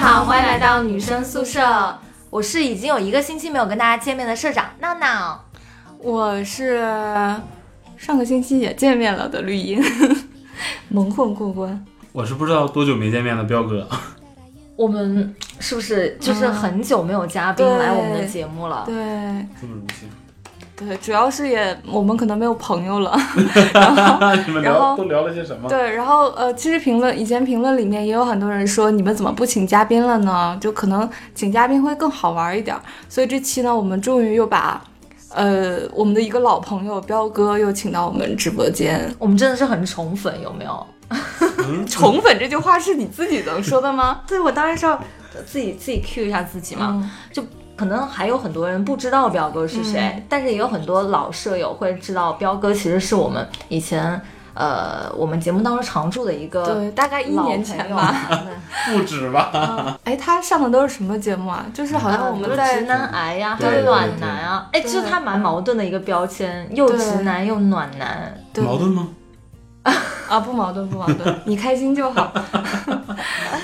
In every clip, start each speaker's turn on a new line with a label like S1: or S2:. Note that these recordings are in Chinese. S1: 好，欢迎来到女生宿舍。
S2: 我是已经有一个星期没有跟大家见面的社长闹闹。
S3: 我是上个星期也见面了的绿茵， 蒙混过关。
S4: 我是不知道多久没见面了，彪哥。
S2: 我们是不是就是很久没有嘉宾
S3: 嗯
S2: 来我们的节目了？
S3: 对
S4: 这么荣 幸，
S3: 对，主要是也我们可能没有朋友了。
S4: 你们
S3: 然后
S4: 聊都聊了些什么？
S3: 对，然后呃，其实评论以前评论里面也有很多人说你们怎么不请嘉宾了呢？就可能请嘉宾会更好玩一点儿。所以这期呢，我们终于又把呃我们的一个老朋友彪哥又请到我们直播间。
S2: 我们真的是很宠粉，有没有？
S4: 嗯，
S3: 宠粉这句话是你自己能说的吗？
S2: 对，我当然是要自己自己 Q 一下自己
S3: 嗯
S2: 嘛。可能还有很多人不知道彪哥是谁，但是也有很多老舍友会知道彪哥其实是我们以前呃我们节目当中常驻的一个
S3: 对，大概一
S2: 老
S3: 年
S2: 朋
S3: 前
S2: 友
S3: 吧。
S2: 对
S4: 不止吧？
S3: 哎，他上的都是什么节目啊？就是好像我们
S2: 呃
S3: 在、
S2: 直男癌呀、
S4: 对
S2: 和
S4: 对
S2: 暖男啊，哎，
S3: 对嗯
S2: 就是他蛮矛盾的一个标签，又
S3: 对
S2: 直男又暖男。
S3: 对
S4: 矛盾吗？
S3: 啊，不矛盾，不矛盾，你开心就好。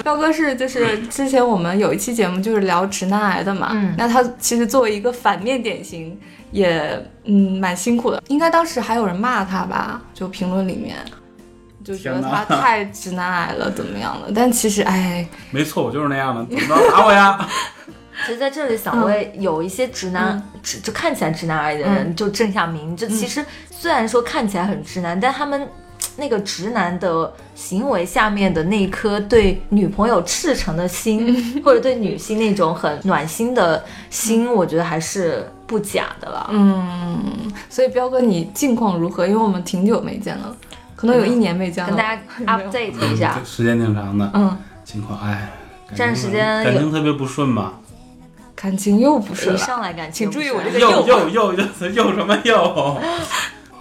S3: 彪哥是就是之前我们有一期节目就是聊直男癌的嘛，
S2: 嗯
S3: 那他其实作为一个反面典型，也嗯蛮辛苦的。应该当时还有人骂他吧，就评论里面就觉得
S4: 天
S3: 他
S4: 哪
S3: 太直男癌了，怎么样了？但其实哎，
S4: 没错，我就是 那样的。怎么着打我呀？
S2: 其实在这里
S3: 嗯
S2: 想为有一些直男，直就看起来直男癌的
S3: 嗯
S2: 人就正下名，就其实虽然说看起来很直男，但他们。嘖那个直男的行为下面的那一颗对女朋友赤诚的心，
S3: 嗯
S2: 或者对女性那种很暖心的心，我觉得还是不假的啦。
S3: 嗯，所以彪哥你近况如何？因为我们挺久没见了，可能有一 年没见
S2: 嗯跟
S3: 了。
S2: 大家 update 一下
S4: 这，时间挺长的
S3: 嗯，
S4: 情况，哎，感情
S2: 这段时间
S4: 感
S2: 有
S4: 情特别不顺嘛。
S3: 感情又不是啊
S2: 一
S3: 了。
S2: 上来感情
S3: 请
S2: 不
S3: 注
S2: 是
S3: 意
S2: 很好，
S3: 我这个又
S4: 又又又又又什么又？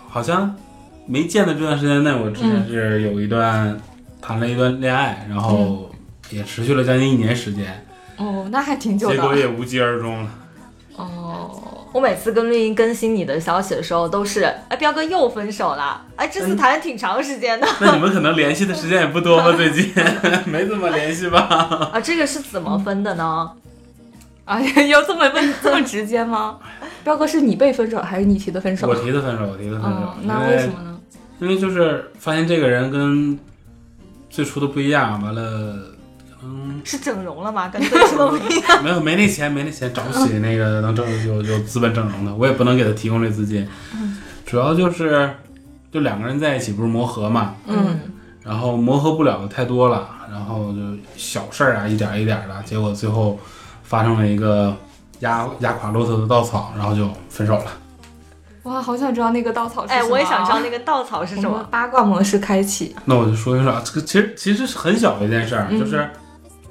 S4: 好像没见的这段时间内，我之前是有一段谈了一段恋爱，然
S3: 嗯
S4: 后也持续了将近一年时间，
S3: 哦，那还挺久
S4: 结果
S3: 的。
S4: 也无疾而终了。
S3: 哦，
S2: 我每次跟绿茵更新你的消息的时候，都是哎，彪哥又分手了，哎，这
S4: 嗯
S2: 次谈了挺长时 间的、
S4: 那你们可能联系的时间也不多吧？最近 没怎么联系吧？
S2: 啊，这个是怎么分的呢？
S4: 嗯
S3: 哎呀， 要这么问这么直接 吗？彪哥，是你被分手还是你提的分手？
S4: 我提的分手，我提的分手
S3: 嗯，，那为什么呢？
S4: 因为？因为就是发现这个人跟最初的不一样，完了，嗯，
S2: 是整容了吗？跟最初的不一样。
S4: 没有没那钱，没那钱，找不起那个能整有有资本整容的，我也不能给他提供这资金。
S3: 嗯
S4: 主要就是，就两个人在一起不是磨合嘛，
S3: 嗯
S4: 然后磨合不了的太多了，然后就小事儿啊，一点儿一点儿的，结果最后发生了一个压压垮骆驼的稻草，然后就分手了。
S3: 哇，好想知道那个稻草是什么
S2: 哎，
S3: 啊
S2: 我也想知道那个稻草是什
S3: 我
S2: 么
S3: 们。八卦模式开启。
S4: 那我就说一说，啊这个其实其实是很小的一件事儿，
S3: 嗯
S4: 就是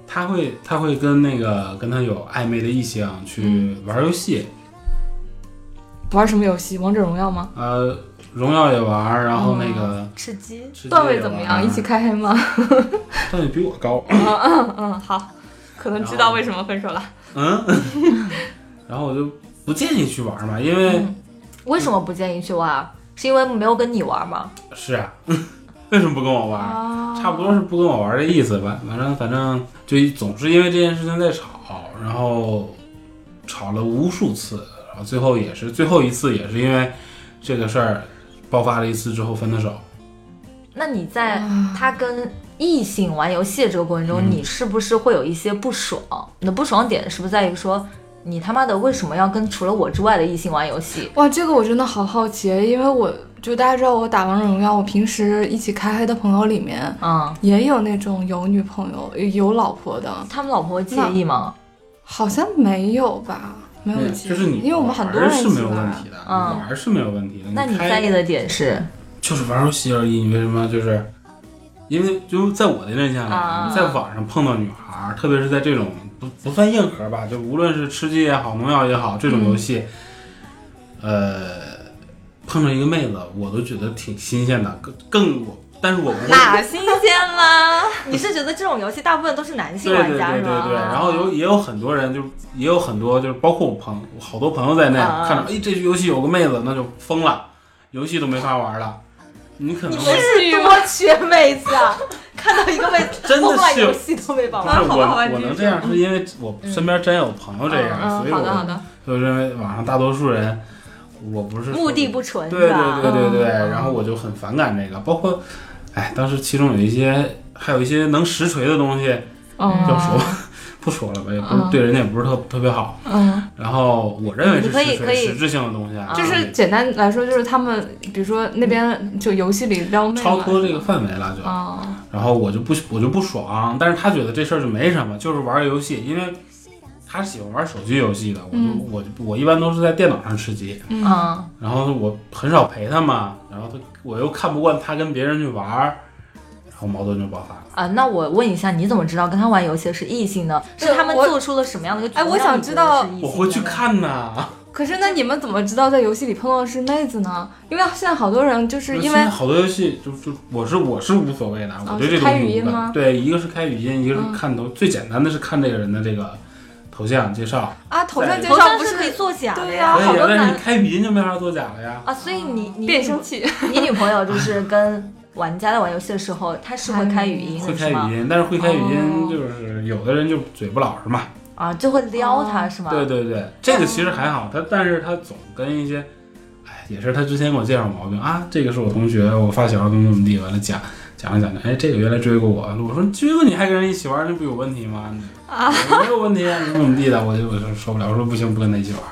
S4: 他会他会跟那个跟他有暧昧的异性去玩游戏，
S3: 玩什么游戏？王者荣耀吗？
S4: 呃，荣耀也玩，然后那个
S2: 吃鸡，
S4: 吃鸡也玩
S3: 段位怎么样？一起，开黑吗？
S4: 段位比我高，
S3: 嗯嗯，好，可能知
S4: 然
S3: 道
S4: 后
S3: 为什么分手了。
S4: 嗯，然后我就不建议去玩嘛，因为
S2: 为什么不建议去玩？是因为没有跟你玩吗？
S4: 是啊， 为什么不跟我玩？
S3: 啊
S4: 差不多是不跟我玩的意思吧，反正哦反正就总是因为这件事情在吵，然后吵了无数次，然后最后也是最后一次也是因为这个事儿爆发了一次之后分的手。
S2: 那你在
S3: 啊
S2: 他跟异性玩游戏的这个过程中，
S4: 嗯
S2: 你是不是会有一些不爽？你的不爽点是不是在于说，你他妈的为什么要跟除了我之外的异性玩游戏？
S3: 哇，这个我真的好好奇，因为我就大家知道我打王者荣耀，我平时一起开黑的朋友里面
S2: 嗯，
S3: 也有那种有女朋友、有老婆的，
S2: 他们老婆介意吗？
S3: 好像没有吧？没有
S4: 对，
S3: 记忆，
S4: 就是你
S3: 因为我们很多
S4: 玩
S3: 人
S4: 儿是
S3: 一起
S4: 没有问
S3: 玩
S4: 题的，你
S2: 嗯
S4: 玩儿是没有问题的。
S2: 那你
S4: 开
S2: 在意的点是？
S4: 就是玩游戏而已，你为什么就是？因为就是在我的印象里，
S2: 啊
S4: 你在网上碰到女孩儿，特别是在这种不不算硬核吧，就无论是吃鸡也好，农药也好，这
S2: 嗯
S4: 种游戏，呃，碰到一个妹子，我都觉得挺新鲜的，更更我，但是我不会。
S2: 哪新鲜啦？ 你是觉得这种游戏大部分都是男性
S4: 对对
S2: 玩
S4: 对
S2: 家
S4: 对
S2: 是啊
S4: 对，
S2: 吗？
S4: 然后有也有很多人，就也有很多，就是包括我朋我好多朋友在内，
S2: 啊
S4: 看着哎这游戏有个妹子，那就疯了，游戏都没法玩了。你可
S2: 你
S4: 能
S2: 们是多缺妹子啊！看到一个妹子
S4: 真的
S2: 不玩
S4: 是
S2: 游戏都没办
S4: 不
S2: 法。
S4: 是
S1: 好
S4: 我
S1: 吧好吧
S4: 我
S1: 你
S4: 能
S1: 继
S4: 这样，是因为我身边真有朋友这样，
S2: 嗯
S4: 所以
S3: 好的好
S4: 我
S3: 的，
S4: 就认为网上大多数人，我不是
S2: 目的不纯，
S4: 对
S2: 是吧
S4: 对对对对，
S2: 嗯
S4: 然后我就很反感这个，包括，哎，当时其中有一些还有一些能实锤的东西，
S3: 嗯
S4: 就说不说了吧，也不是
S3: 嗯
S4: 对人家也不是特特别好。
S3: 嗯，
S4: 然后我认为是
S2: 你可以
S4: 实
S2: 可
S4: 锤
S2: 以
S4: 实质性的东西啊，
S3: 就
S4: 可
S3: 是
S4: 以
S3: 简单来说，就是他们比如说那边就游戏里撩妹嘛
S4: 超脱这个范围了就。
S3: 啊，
S4: 然后我就不我就不爽，但是他觉得这事儿就没什么，就是玩儿游戏，因为他是喜欢玩手机游戏的，我就、
S3: 嗯
S4: 我就我一般都是在电脑上吃鸡，
S3: 嗯
S2: 嗯，
S4: 然后我很少陪他嘛，然后他我又看不惯他跟别人去玩儿，然后矛盾就爆发了。
S2: 啊，那我问一下，你怎么知道跟他玩游戏的是异性呢？
S3: 对
S2: 是他们
S3: 我
S2: 做出了什么样的一个举
S3: 哎
S2: 动
S3: 我
S2: 让
S3: 想
S2: 你觉
S3: 知
S2: 得
S3: 道
S2: 是异
S4: 我
S2: 性
S4: 回
S2: 的
S4: 去
S2: 呢。
S4: 看呐，
S3: 可是那你们怎么知道在游戏里碰到的是妹子呢？因为现在好多人 就是因
S4: 现
S3: 为哦
S4: 在好多游戏就就我是我是无所谓的，我对
S3: 是
S4: 这
S3: 开
S4: 东西
S3: 语
S4: 无
S3: 音
S4: 感
S3: 吗
S4: 对，一个是开语音，一个
S3: 嗯
S4: 是看头，最简单的是看这个人的这个头像介绍，
S3: 啊，头像介
S2: 头
S3: 绍
S2: 像
S3: 不
S2: 哦是可以
S3: 是
S2: 作假的
S3: 对
S2: 呀，
S3: 啊
S4: 可以
S2: 好
S4: 啊
S2: 多，
S4: 但是
S2: 男
S4: 你开语音就没法作假了呀。
S2: 啊，所以你你
S3: 变声器，
S2: 你女朋友就是跟玩家在玩游戏的时候，她是会开语音
S4: 会
S2: 的
S4: 开
S2: 是吗？
S4: 语音，但是会开语
S3: 哦
S4: 音就是有的人就嘴不老实嘛。
S2: 啊，就会
S3: 哦
S2: 撩她是吗？
S4: 对对对，这个其实还好，他但是他总跟一些，哎，也是他之前给我介绍毛病啊，这个是我同学，我发小怎么怎么地，完了讲讲着讲着，哎，这个原来追过我，我说追过你还跟人一起玩，那不有问题吗？
S3: 啊，
S4: 没有问题啊，怎么怎么地的，我就我就受不了，我说不行，不跟他一起玩。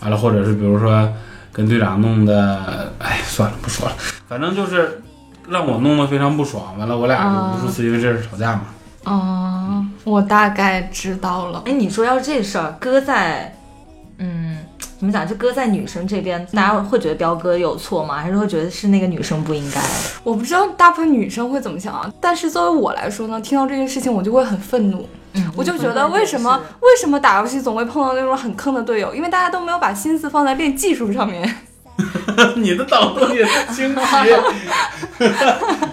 S4: 完了，或者是比如说跟队长弄的，哎，算了，不说了，反正就是让我弄得非常不爽。完了，我俩就无数次因为这事吵架嘛。
S3: 嗯，我大概知道了。
S2: 哎，你说要是这事儿搁在，嗯，怎么讲？就搁在女生这边，大家会觉得彪哥有错吗？还是会觉得是那个女生不应该？
S3: 我不知道大部分女生会怎么想啊，但是作为我来说呢，听到这件事情我就会很愤怒，
S2: 嗯
S3: 我就觉得为什么为什么打游戏总会碰到那种很坑的队友？因为大家都没有把心思放在练技术上面。
S4: 你的脑洞也是惊奇，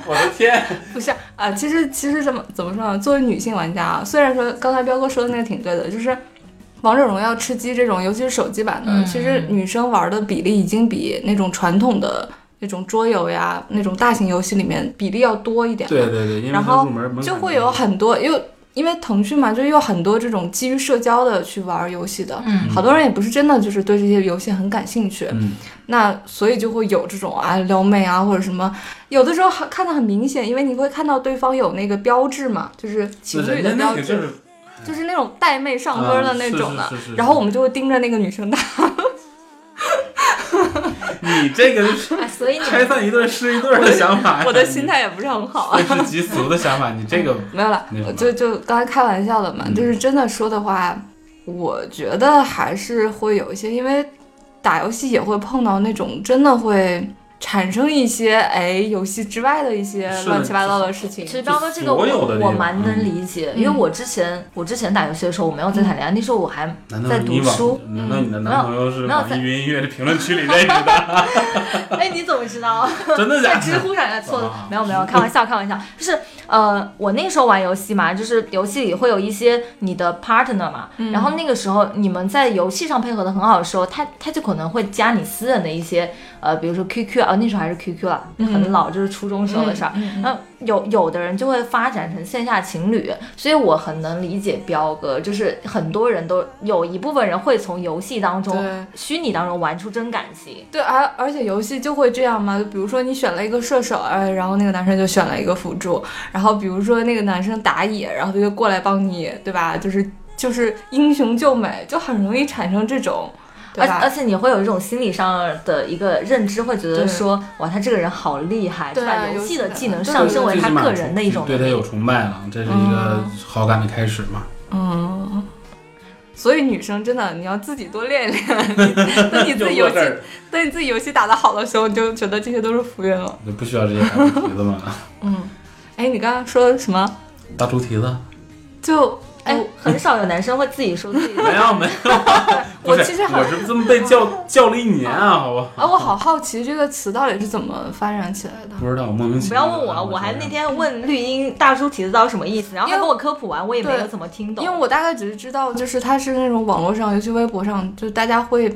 S4: 我的天！
S3: 不是啊、其实其实怎么怎么说呢？作为女性玩家啊，虽然说刚才彪哥说的那个挺对的，就是。王者荣耀吃鸡这种，尤其是手机版的，
S2: 嗯
S3: 其实女生玩的比例已经比那种传统的那种桌游呀、那种大型游戏里面比例要多一点。
S4: 对对对，因为
S3: 然
S4: 他
S3: 后
S4: 入门门槛
S3: 就会有很多又因为腾讯嘛，就有很多这种基于社交的去玩游戏的。
S2: 嗯
S3: 好多人也不是真的就是对这些游戏很感兴趣，
S4: 嗯，
S3: 那所以就会有这种啊撩妹啊或者什么，有的时候很看得很明显，因为你会看到对方有那个标志嘛，就是情
S4: 那
S3: 侣
S4: 人家
S3: 的
S4: 那
S3: 标
S4: 个
S3: 志，
S4: 就是
S3: 就是那种带妹上分的那种的。
S4: 嗯是是是是
S3: 然后我们就会盯着那个女生打，
S4: 你这个就是
S3: 嗯
S2: 哎，所以你
S4: 拆散一对儿是一对儿的想法，
S3: 我的心态也不是很好啊
S4: 愤。世嫉俗的想法，你这个
S3: 没有了呃
S4: 那什么，
S3: 就就刚才开玩笑的嘛，
S4: 嗯
S3: 就是真的说的话，我觉得还是会有一些，因为打游戏也会碰到那种真的会产生一些哎游戏之外的一些
S4: 是的
S3: 乱七八糟的事情
S2: 其。实彪哥这个
S4: 所
S2: 我
S4: 有的地
S2: 我
S4: 方
S2: 蛮能理解，因为
S3: 嗯
S2: 我之前我之前打游戏的时候，我没有在谈恋爱，那时候我还
S4: 难道
S2: 在
S4: 你
S2: 读
S4: 网
S2: 书。
S4: 难道你的男朋友是
S2: 没有
S4: 网
S2: 在
S4: 易云音乐的评论区里认识的？
S2: 哎，你怎么知道？
S4: 真的
S2: 在
S4: 假
S2: 知
S4: 的？
S2: 乎上也错的
S4: 啊，
S2: 没有没有，开玩笑开玩笑，就是呃，我那个时候玩游戏嘛，就是游戏里会有一些你的 partner 嘛，然后那个时候你们在游戏上配合的很好的时候，他他就可能会加你私人的一些呃，比如说 QQ 啊，那时候还是 QQ 了，很老，就是初中时候的事儿。
S3: 嗯
S2: 那有有的人就会发展成线下情侣，所以我很能理解彪哥，就是很多人都有一部分人会从游戏当中、
S3: 对
S2: 虚拟当中玩出真感情。
S3: 对，而而且游戏就会这样嘛，就比如说你选了一个射手，哎，然后那个男生就选了一个辅助，然后比如说那个男生打野，然后他就过来帮你，对吧？就是就是英雄救美，就很容易产生这种，对
S2: 而
S3: 吧？
S2: 而且你会有一种心理上的一个认知，会觉得
S3: 对
S2: 说，哇，他这个人好厉害，
S3: 对
S2: 就
S3: 啊
S2: 把游
S3: 游
S2: 戏
S3: 戏
S2: 的
S3: 的
S2: 技能
S3: 对
S2: 上
S3: 对
S2: 升为
S4: 最
S2: 他
S4: 起码
S2: 个人的一种
S4: 对
S2: 能
S4: 他
S2: 力。
S4: 有崇拜了，这是一个好感的开始嘛。
S3: 嗯，所以女生真的，你要自己多练一练。等你自己
S4: 就落
S3: 游 戏
S4: 这，儿
S3: 等你自己游戏打得好的时候，你就觉得这些都是浮云了。
S4: 就不需要这些大猪蹄子嘛？
S3: 嗯，哎，你刚刚说什么？
S4: 大猪蹄子
S3: 就哎
S2: 哎，，
S4: 嗯
S2: 很少有男生会自己说自己
S4: 没有没有，不
S3: 我
S4: 是
S3: 其实很
S4: 我是这么被教教了一年啊，好吧？
S3: 哎、我好好奇这个词到底是怎么发展起来的。
S4: 不知道，莫名其
S2: 不
S4: 妙
S2: 要
S4: 的。
S2: 问我，我还
S4: 觉得
S2: 那天问绿茵大叔蹄子到底什么意思，然后他
S3: 因为
S2: 跟我科普完，我也没
S3: 对
S2: 有怎么听懂。
S3: 因为我大概只是知道，就是它是那种网络上，尤其微博上，就是大家会，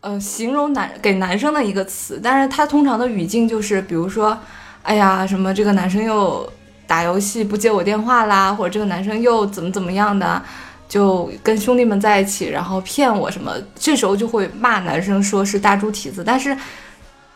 S3: 呃形容男给男生的一个词，但是它通常的语境就是，比如说，哎呀，什么这个男生又打游戏不接我电话啦，或者这个男生又怎么怎么样的，就跟兄弟们在一起，然后骗我什么，这时候就会骂男生说是大猪蹄子，但是。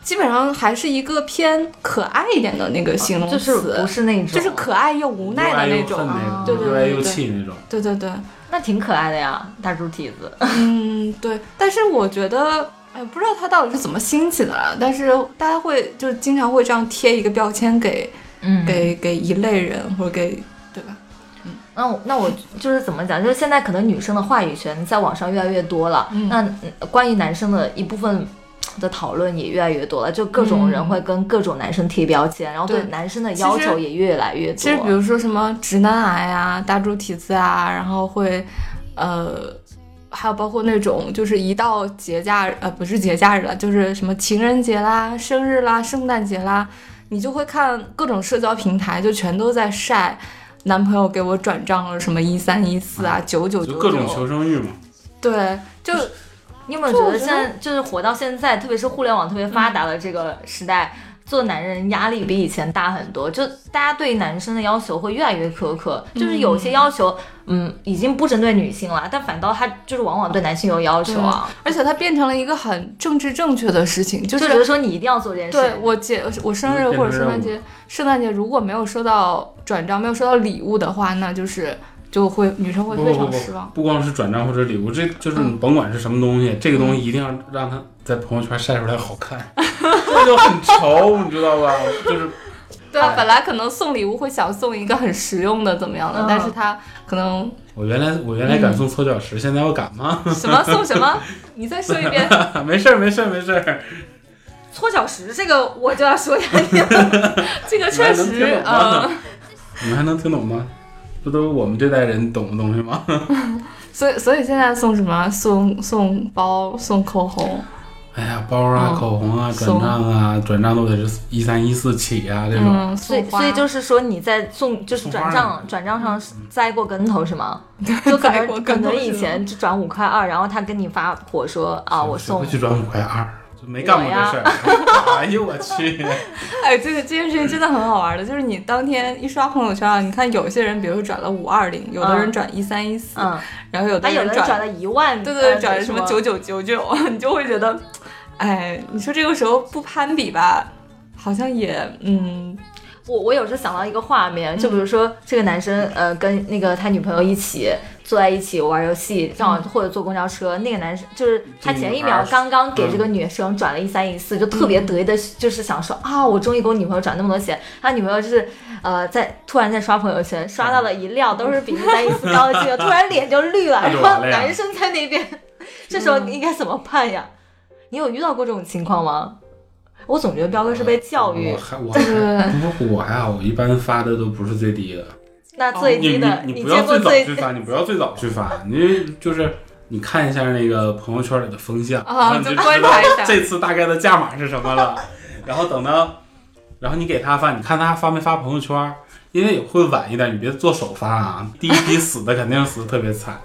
S3: 基本上还是一个偏可爱一点的那个形容
S2: 就
S3: 词，
S2: 是不是那种，
S3: 就是可爱又无奈的那
S4: 又
S3: 种。
S4: 爱又恨那
S2: 对
S4: 种，
S3: 对
S4: 又
S3: 对
S4: 爱
S3: 对
S4: 又
S3: 对
S4: 气那种。
S3: 对对对，
S2: 那挺可爱的呀，大猪蹄子。
S3: 嗯对。但是我觉得，哎，不知道它到底是怎么兴起的啦。但是大家会就是经常会这样贴一个标签给、
S2: 嗯
S3: 给给一类人，或者给对吧？
S2: 那我那我就是怎么讲？就是现在可能女生的话语权在网上越来越多了，
S3: 嗯
S2: 那嗯关于男生的一部分的讨论也越来越多了，就各种人会跟各种男生贴标签，然后对
S3: 嗯对
S2: 男生的要
S3: 其
S2: 求
S3: 实
S2: 也越来越多。
S3: 其实比如说什么直男癌啊、大猪蹄子啊，然后会呃。还有包括那种，就是一到节假日，呃，不是节假日了，就是什么情人节啦、生日啦、圣诞节啦，你就会看各种社交平台，就全都在晒男朋友给我转账了什么一三一四啊、九九
S4: 就
S3: 九
S4: 各种
S3: 九，
S4: 求生欲嘛，
S3: 对，就
S2: 你有没有觉得现在就是活到现在，特别是互联网特别
S3: 嗯
S2: 发达的这个时代，做男人压力比以前大很多？就大家对男生的要求会越来越苛刻，就是有些要求，嗯，已经不针对女性了，但反倒他就是往往对男性有要求啊。
S3: 而且它变成了一个很政治正确的事情，就
S2: 就是觉得说你一定要做这件事。
S3: 对我姐，我生日
S4: 就是
S3: 或
S4: 变
S3: 者圣诞
S4: 成任务
S3: 节，圣诞节如果没有收到转账，没有收到礼物的话，那就是就会女生会
S4: 不
S3: 非
S4: 不不
S3: 常
S4: 不
S3: 失望。
S4: 不光是转账或者礼物，这就是你甭管是什么东西，这个东西一定要让他在朋友圈晒出来好 看，这就很潮，你知道吧？就是
S3: 对啊，本来可能送礼物会想送一个很实用的怎么样的，
S2: 嗯
S3: 但是他可能
S4: 我原来我原来敢送搓脚石，现在我敢吗？
S3: 什么送什么，你再说一遍。
S4: 没事儿没事儿没事儿，
S3: 搓脚石这个我就要说一下，这个确
S4: 你还能
S3: 实
S4: 听懂，吗
S3: 呃，
S4: 你们还能听懂吗？这都是我们这代人懂的东西吗？
S3: 所以所以现在送什么？送送包，送口红，
S4: 哎呀，包啊、
S3: 嗯
S4: 口红啊、转
S3: 送
S4: 账啊、转账都得是一三一四起啊，这种。
S3: 嗯，
S2: 所
S3: 送
S2: 以
S3: 花，
S2: 所以就是说你在送就是
S4: 送
S2: 转
S4: 花
S2: 账
S4: 儿
S2: 转账上栽过跟头是吗？就可
S3: 嗯 栽过
S2: 能可
S3: 跟头
S2: 能
S3: 是
S2: 以
S3: 吗
S2: 前就转五块二，然后他跟你发火说啊我
S4: 谁会
S2: 送
S4: 去转五块二，就没干过这事儿。 哎呦我去！
S3: 哎，这个这件事情真的很好玩的，就是你当天一刷朋友圈啊，你看有些人，比如说转了五二零，有的人转一三一四，
S2: 嗯，
S3: 然后有的
S2: 还有
S3: 人
S2: 人
S3: 转，
S2: 转了一万，
S3: 对对
S2: 呃
S3: 对，转什么九九九九， 你就会觉得，哎，你说这个时候不攀比吧，好像也嗯，
S2: 我我有时候想到一个画面，就比如说这个男生呃跟那个他女朋友一起坐在一起玩游戏，正好或者坐公交车，那个男生就是嗯他前一秒刚刚给这个女生转了一三一四，就特别得意的，就是想说啊，我终于给我女朋友转那么多钱。他女朋友就是呃在突然在刷朋友圈，刷到了一料都是比一三一四高的金额，突然脸就绿了，
S4: 那就
S2: 然
S4: 完
S2: 后
S4: 了呀
S2: 男生在那边， 这时候应该怎么办呀？你有遇到过这种情况吗？我总觉得彪哥是被教育
S4: 我，还我还
S3: 啊
S4: 不不我还好，我一般发的都不是最低的。
S2: 那最
S4: 你
S2: 低的，
S4: 哦你你不
S2: 见
S4: 要
S2: 过
S4: 最早
S2: 最
S4: 去发，你不要最早去发，你就是你看一下那个朋友圈里的风向，然后
S3: 啊，
S4: 你
S3: 就
S4: 就
S3: 观
S4: 知
S3: 察
S4: 道
S3: 一下，
S4: 这次大概的价码是什 么了。然后等到，然后你给他发，你看他发没发朋友圈，因为也会晚一点，你别做首发啊。第一批死的肯定死的特别惨，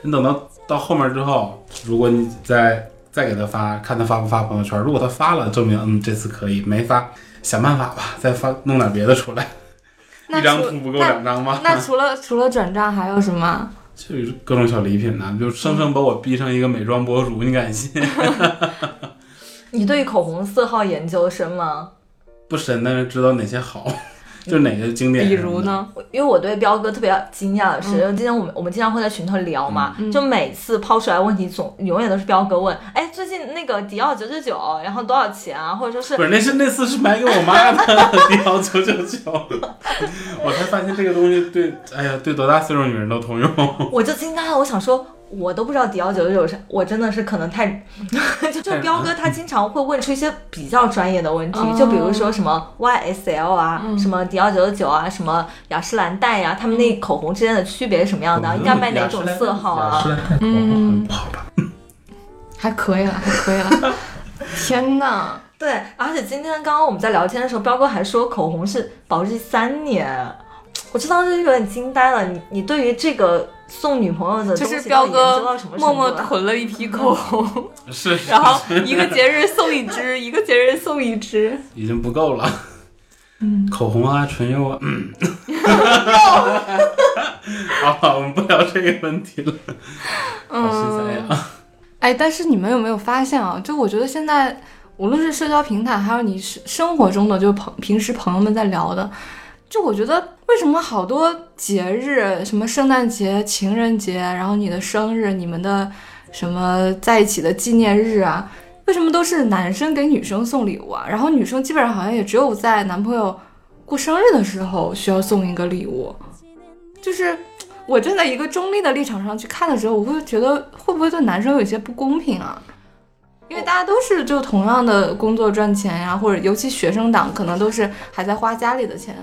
S4: 你等到到后面之后，如果你再再给他发，看他发不发朋友圈，如果他发了，证明嗯这次可以，没发想办法吧，再发弄点别的出来。
S3: 那
S4: 一张
S3: 除
S4: 图不够
S3: 那
S4: 两张吗？
S3: 那除了除了转账还有什么？
S4: 就是各种小礼品呢、就生生把我逼成一个美妆博主，你敢信？
S2: 你对口红色号研究深吗？
S4: 不深，但是知道哪些好， 就是哪个经典。
S3: 嗯比如？呢？
S2: 我因为我对彪哥特别惊讶的是，因为今天我们我们经常会在群头聊嘛，
S4: 嗯
S2: 就每次抛出来问题总永远都是彪哥问，哎，最近那个迪奥九九九，然后多少钱啊？或者说
S4: 不
S2: 是
S4: 是，那是那次是买给我妈的，迪奥九九九。 我才发现这个东西对，哎呀，对多大岁数女人都通用。
S2: 我就惊呆了，我想说。我都不知道迪奥九九九是，我真的是可能太， 就
S3: 哎
S2: 就彪哥他经常会问出一些比较专业的问题，
S3: 哦
S2: 就比如说什么 YSL 啊，
S3: 嗯
S2: 什么迪奥九九九啊，什么雅诗兰黛啊呀、他们那口红之间的区别是什么样的啊，应该卖哪种色号啊？
S4: 雅诗兰黛口红很不好吧？
S3: 嗯还可以了，还可以 了。天呐，
S2: 对，而且今天刚刚我们在聊天的时候，彪哥还说口红是保质期三年，我这当时有点惊呆了。你你对于这个送女朋友的
S3: 就
S2: 东
S3: 是
S2: 西
S3: 彪
S2: 到底研究
S3: 哥
S2: 到什么程度啊
S3: 默默
S2: 了
S3: 囤了一批 口红，
S4: 是是
S3: 然后一个节日送一支，一个节日送一支。
S4: 已经不够了。
S2: 嗯
S4: 口红啊，唇釉啊，嗯， 好了，我们不聊这个问题了，好啊心塞
S3: 嗯，
S4: 呀。
S3: 哎，但是你们有没有发现啊？就我觉得现在无论是社交平台，还有你生生活中的，就是朋平时朋友们在聊的，就我觉得为什么好多节日，什么圣诞节、情人节，然后你的生日、你们的什么在一起的纪念日啊，为什么都是男生给女生送礼物啊？然后女生基本上好像也只有在男朋友过生日的时候需要送一个礼物，就是。我站在一个中立的立场上去看的时候，我会觉得会不会对男生有些不公平啊？因
S2: 哦
S3: 为大家都是就同样的工作赚钱呀、或者尤其学生党可能都是还在花家里的钱。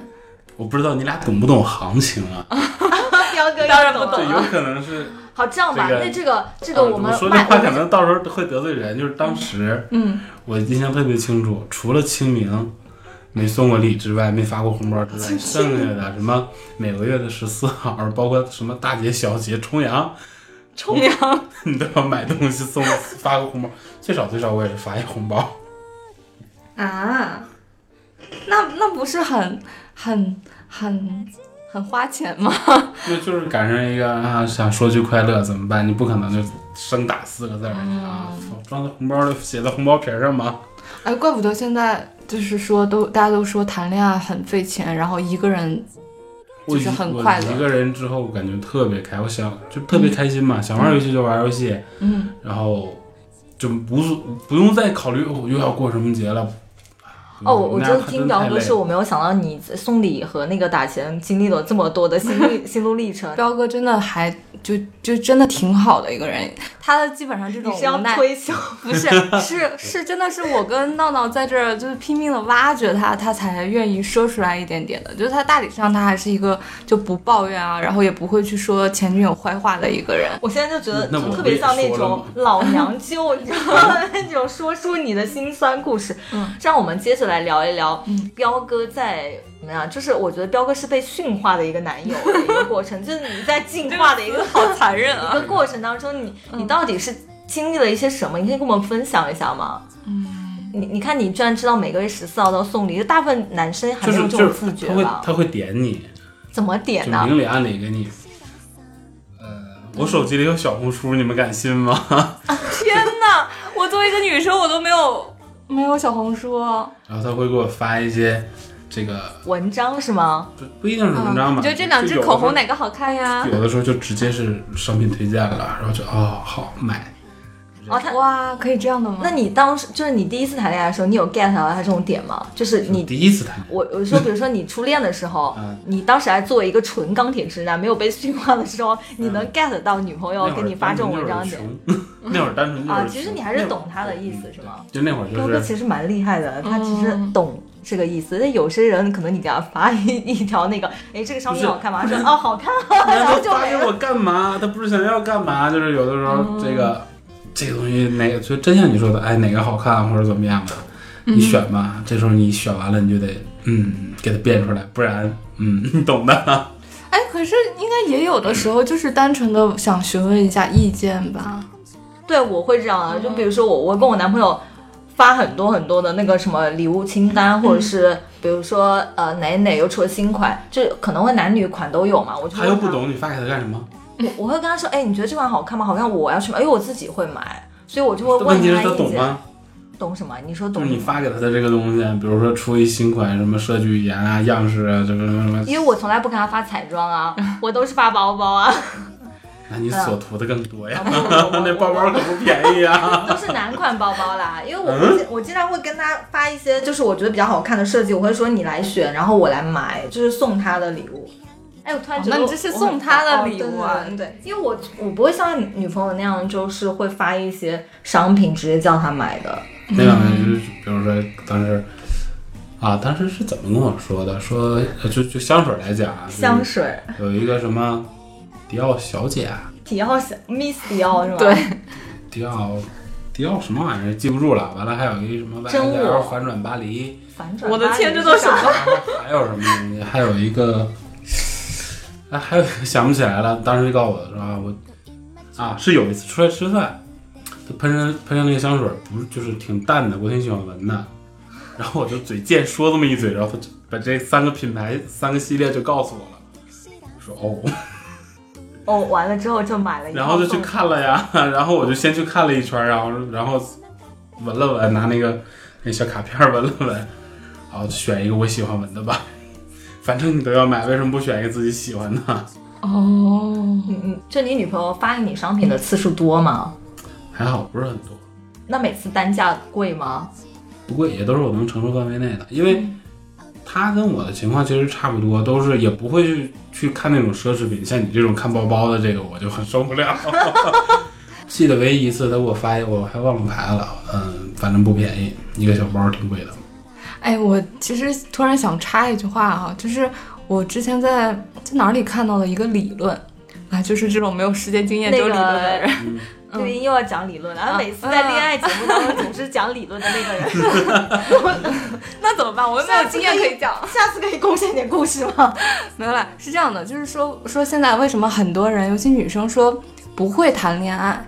S4: 我不知道你俩懂不懂行情啊？
S2: 彪哥
S3: 当然不
S4: 这
S3: 懂
S4: 有
S2: 了。
S4: 可能是
S2: 好，这样吧，
S4: 这个
S2: 那这个这
S4: 这
S2: 个我们
S4: 啊说这
S2: 外
S4: 话可能到时候会得罪人。就是当时
S3: 嗯，
S4: 我印象特别清楚，除了清明没送过礼之外，没发过红包之
S2: 啊
S4: 外，剩下的什么每个月的十四号，包括什么大节小节、重阳，
S3: 冲阳，
S4: 你都要买东西送 发个红包，最少最少我也是发一红包。
S3: 啊，那那不是很很很很花钱吗？
S4: 那就是赶上一个啊，想说句快乐怎么办？你不可能就生打四个字儿、啊，
S2: 嗯
S4: 装在红包里写在红包皮儿上嘛。
S3: 哎，怪不得现在就是说都大家都说谈恋爱很费钱，然后一个人
S4: 我
S3: 就是
S4: 一
S3: 很
S4: 我
S3: 快乐
S4: 一个人之后感觉特别开，我想就特别开心嘛，想玩游戏就玩游戏，
S3: 嗯，
S4: 然后就不是不用再考虑我又要过什么节了。啊
S2: 哦，我我
S4: 嗯那
S2: 觉得
S4: 真
S2: 听
S4: 太
S2: 彪哥
S4: 累
S2: 是我没有想到你送礼和那个打钱经历了这么多的心路心路历 程。
S3: 彪哥真的还就就真的挺好的一个人，他的基本上这种
S2: 你是要
S3: 无奈
S2: 推销？
S3: 不是，是是，真的是我跟闹闹在这儿就是拼命的挖掘他，他才愿意说出来一点点的。就是他大体上他还是一个就不抱怨啊，然后也不会去说前女友坏话的一个人。
S2: 我现在就觉得
S4: 那我
S2: 就特
S4: 不
S2: 别
S4: 也
S2: 像那
S4: 说了
S2: 种
S4: 吗
S2: 老娘舅，你知道吗？ 那种说出你的辛酸故事。
S3: 嗯，
S2: 让我们接着来聊一聊
S3: 嗯
S2: 彪哥在怎么样？就是我觉得彪哥是被驯化的一个男友的一个过程， 就是你在进化的一个
S3: 好残忍
S2: 一！个过程当中，你你到底是经历了一些什么？你可以跟我们分享一下吗？嗯，你你看，你居然知道每个月十四号都要送礼，就大部分男生还没
S4: 就是
S2: 有这
S4: 就
S2: 种
S4: 是
S2: 自觉
S4: 他会
S2: 吧？
S4: 他会点你，
S2: 怎么点
S4: 就
S2: 呢？
S4: 明里暗里给你。呃，我手机里有小红书，你们敢信吗？
S3: 天哪，我作为一个女生，我都没有没有小红书哦。
S4: 然后他会给我发一些这个
S2: 文章是吗？
S4: 不不一定是文章
S3: 啊你
S4: 吧？
S3: 觉得嗯这两支
S4: 就有的时候
S3: 口红哪个好看呀？
S4: 有的时候就直接是商品推荐了，然后就哦好买。
S2: 哦，他。
S3: 哇，可以这样的吗？
S2: 那你当时就是你第一次谈恋爱的时候，你有 get 到他这种点吗？就是你
S4: 第一次谈恋
S2: 我我说，比如说你初恋的时候
S4: 嗯，
S2: 你当时还作为一个纯钢铁直男，没有被驯化的时候，你能 get 到女朋友
S4: 爱，
S2: 给你发这种文章
S4: 嗯那会儿
S2: 点
S4: 单纯就是穷那会儿单纯就是
S2: 啊？
S4: 穷
S2: 其实你还是懂他的意思是吗？
S4: 就那会儿就
S2: 彪哥
S4: 是嗯
S2: 其实蛮厉害的，他其实懂这个意思。但有些人可能你给他发一 一条那个，哎，这个商品好看吗？ 他说哦，好看，然后
S4: 他
S2: 就
S4: 发
S2: 没
S4: 给
S2: 了。嗯
S4: 我干嘛？他不是想要干嘛？就是有的时候这个、这个东西哪个就真像你说的，哎哪个好看或者怎么样的，你选吧。
S2: 嗯
S4: 这时候你选完了，你就得嗯给它变出来，不然嗯你懂的。
S3: 哎，可是应该也有的时候就是单纯的想询问一下意见吧。
S2: 对，我会这
S4: 嗯
S2: 样的。啊就比如说我，我跟我男朋友发很多很多的那个什么礼物清单，或者
S4: 嗯
S2: 是比如说呃哪哪又出了新款，就可能会男女款都有嘛。我就会
S4: 他又
S2: 问
S4: 不，懂，你发给他干什么？
S2: 我我会跟他说，哎，你觉得这款好看吗？好看，我要去买，因为哎我自己会买，所以我就会
S4: 问
S2: 问
S4: 题是
S2: 他
S4: 他
S2: 意
S4: 懂吗
S2: 见。？懂什么？你说
S4: 就
S2: 懂
S4: 是
S2: 什
S4: 你
S2: 么？
S4: 发给他的这个东西，比如说出一新款什么设计语言啊、样式啊，就是什么什么，
S2: 因为我从来不给他发彩妆 啊，我都是发包包啊。
S4: 那你所图的更多呀。 那
S2: 那
S4: 包包可不便宜啊！
S2: 都是男款包包啦，因为我
S3: 嗯
S2: 我经我经常会跟他发一些就是我觉得比较好看的设计，我会说你来选，然后我来买，就是送他的礼物。哎，我突然觉得
S3: 哦
S2: 我、
S3: 那你这是送他的礼物啊
S2: 哦对对对对，因为我我不会像女朋友那样，就是会发一些商品直接叫他买的。
S4: 那样就是，比如说当时啊，当时是怎么跟我说的？说呃就就香水来讲啊，就是
S2: 香水，
S4: 有一个什么迪奥小姐啊，
S2: 迪奥小 Miss 迪奥是吗？
S3: 嗯对，
S4: 迪奥迪奥什么玩意儿记不住了。完了还有一个什么
S2: 真我
S4: YSL 反转巴黎，
S2: 反转。
S3: 我的天这都什
S2: 么？
S4: 还有什么东西？还有一个哎，还有一个想不起来了，当时就告诉我说啊，我啊是有一次出来吃饭，他喷上喷上那个香水，不是就是挺淡的，我挺喜欢闻的。然后我就嘴贱说这么一嘴，然后他就把这三个品牌、三个系列就告诉我了。我说哦，
S2: 哦，完了之后就买了一套
S4: 然后就去
S2: 送
S4: 看了呀， 然后我就先去看了一圈，然后然后闻了闻，拿那个那小卡片闻了闻，然后选一个我喜欢闻的吧。反正你都要买，为什么不选一个自己喜欢的？
S3: 哦，
S2: 你你就嗯你女朋友发给你商品的次数多吗？
S4: 还好不是很多，
S2: 那每次单价贵吗？
S4: 不过也都是我能承受范围内的，因为他跟我的情况其实差不多，都是也不会去去看那种奢侈品，像你这种看包包的这个我就很受不了。 记得唯一一次他给我发一个，我还忘了牌了，嗯，反正不便宜，一个小包挺贵的。
S3: 哎，我其实突然想插一句话啊，就是我之前在在哪里看到了一个理论啊，就是这种没有实践经验
S2: 那
S3: 就理论的
S2: 个
S3: 人， 嗯
S2: 对，又要讲理论了。然后每次在
S3: 啊
S2: 恋爱节目当中总是讲理论的那个人，
S3: 那怎么办？我又没有经验可以讲。
S2: 下次可以贡献点故事吗？
S3: 没有啦，是这样的，就是说说现在为什么很多人，尤其女生说不会谈恋爱，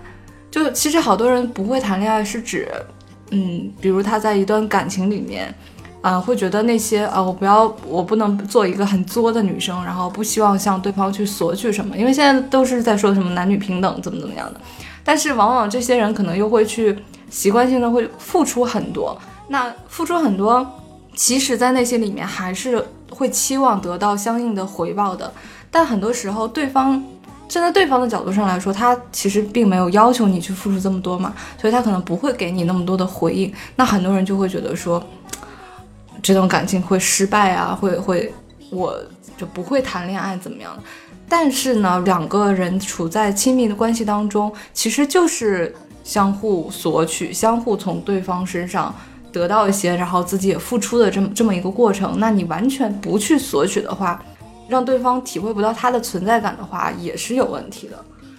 S3: 就其实好多人不会谈恋爱是指，嗯，比如他在一段感情里面，啊、会觉得那些啊、我不要，我不能做一个很作的女生，然后不希望向对方去索取什么，因为现在都是在说什么男女平等怎么怎么样的，但是往往这些人可能又会去习惯性的会付出很多，那付出很多。其实，在那些里面还是会期望得到相应的回报的，但很多时候对方站在对方的角度上来说，他其实并没有要求你去付出这么多嘛，所以他可能不会给你那么多的回应。那很多人就会觉得说，这段感情会失败啊，会会，我就不会谈恋爱怎么样？但是呢，两个人处在亲密的关系当中，其实就是相互索取，相互从对方身上得到一些，然后自己也付出的这么这么一个过程。那你完全不去索取的话，让对方体会不到他的存在感的话，也是有问题的。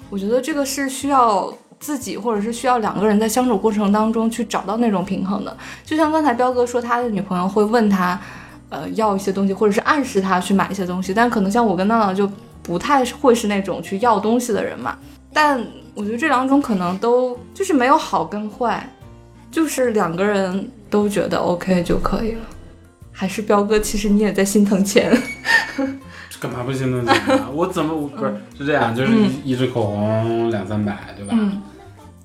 S3: 我觉得这个是需要自己或者是需要两个人在相处过程当中去找到那种平衡的。就像刚才彪哥说，他的女朋友会问他，呃，要一些东西，或者是暗示他去买一些东西，但可能像我跟娜娜就不太会是那种去要东西的人嘛。但我觉得这两种可能都就是没有好跟坏，就是两个人都觉得 OK 就可以了。还是彪哥，其实你也在心疼 钱。
S4: 干嘛不心疼钱 啊？我怎么我不是是这样，就是
S3: 嗯
S4: 一一支口红两三百，对吧？
S3: 嗯，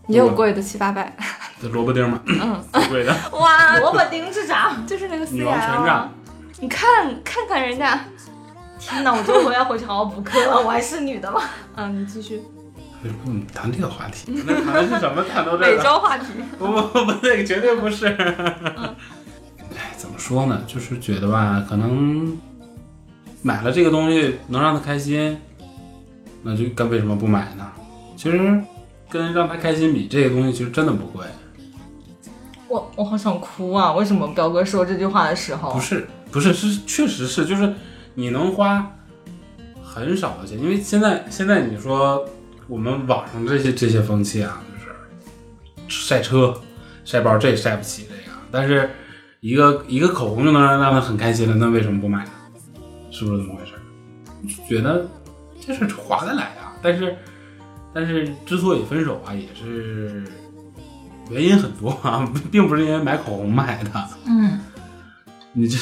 S3: 也有贵的七八百，
S4: 这萝卜丁嘛，
S3: 嗯，
S4: 最贵的
S2: 哇，萝卜丁是啥？
S3: 就是那个 C
S4: 女
S3: L
S4: 王船
S3: 啊
S4: 长。。
S3: 你看看看人家，
S2: 天哪，我觉得我要回去好好补课了，我还是女的吗？
S3: 嗯，你继续。
S4: 为哎什么我们谈这个话题？
S3: 嗯
S4: 那谈的是什么？谈到这
S3: 每
S4: 个？
S3: 周话题。
S4: 不不不，那个绝对不是。
S3: 嗯
S4: 哎，怎么说呢？就是觉得吧，可能买了这个东西能让他开心，那就该为什么不买呢？其实跟让他开心比，这个东西其实真的不贵。
S2: 我我好想哭啊！为什么彪哥说这句话的时候
S4: 不，是不是是确实是就是你能花很少的钱，因为现在现在你说我们网上这些这些风气啊，就是晒车、晒包，这也晒不起这个，但是一个一个口红就能让让他很开心了，那为什么不买呢？是不是这么回事？觉得这事儿划得来啊，但是但是之所以分手啊，也是原因很多啊，并不是因为买口红买的，
S2: 嗯，
S4: 你这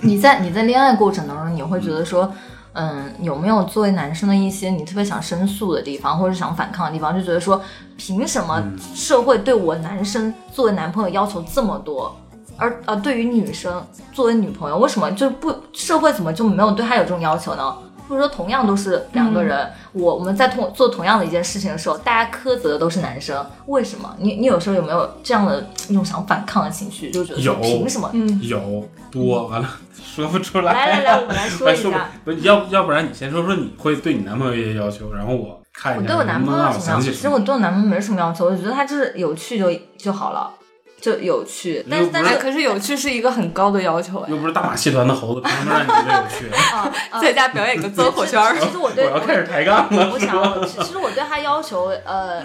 S2: 你在你在恋爱过程当中，你会觉得说，嗯，有没有作为男生的一些你特别想申诉的地方，或者想反抗的地方，就觉得说，凭什么社会对我男生作为男朋友要求这么多？而呃，对于女生作为女朋友，为什么就不社会怎么就没有对她有这种要求呢？或者说，同样都是两个人，我我们在同做同样的一件事情的时候，大家苛责的都是男生，为什么？你你有时候有没有这样的一种想反抗的情绪，就觉得说
S4: 有
S2: 凭什么？
S3: 嗯，
S4: 有多完了说不出来。
S2: 来来 来，我们来说
S4: 哎
S2: 一
S4: 说不
S2: 下。
S4: 不是要要不然你先说说你会对你男朋友一些要求，然后我看
S2: 我
S4: 一
S2: 对
S4: 下
S2: 我
S4: 能
S2: 男
S4: 不
S2: 朋
S4: 能
S2: 友
S4: 让
S2: 有
S4: 我
S2: 什么要
S4: 想
S2: 求？
S4: 起
S2: 其
S4: 什
S2: 实
S4: 么。
S2: 我对我男朋友没什么要求，我觉得他就是有趣就就好了，就有趣。但是但
S3: 哎，
S2: 是
S3: 可是有趣是一个很高的要求哎。
S4: 又不是大马戏团的猴子，凭什么让你觉得有趣？
S2: 啊，啊
S3: 在家表演个走火圈儿。
S2: 其实我
S4: 我
S2: 对
S4: 要开始抬杠
S2: 我
S4: 了，
S2: 不
S4: 是
S2: 想
S4: 吧？
S2: 要，其其实我对他要求呃。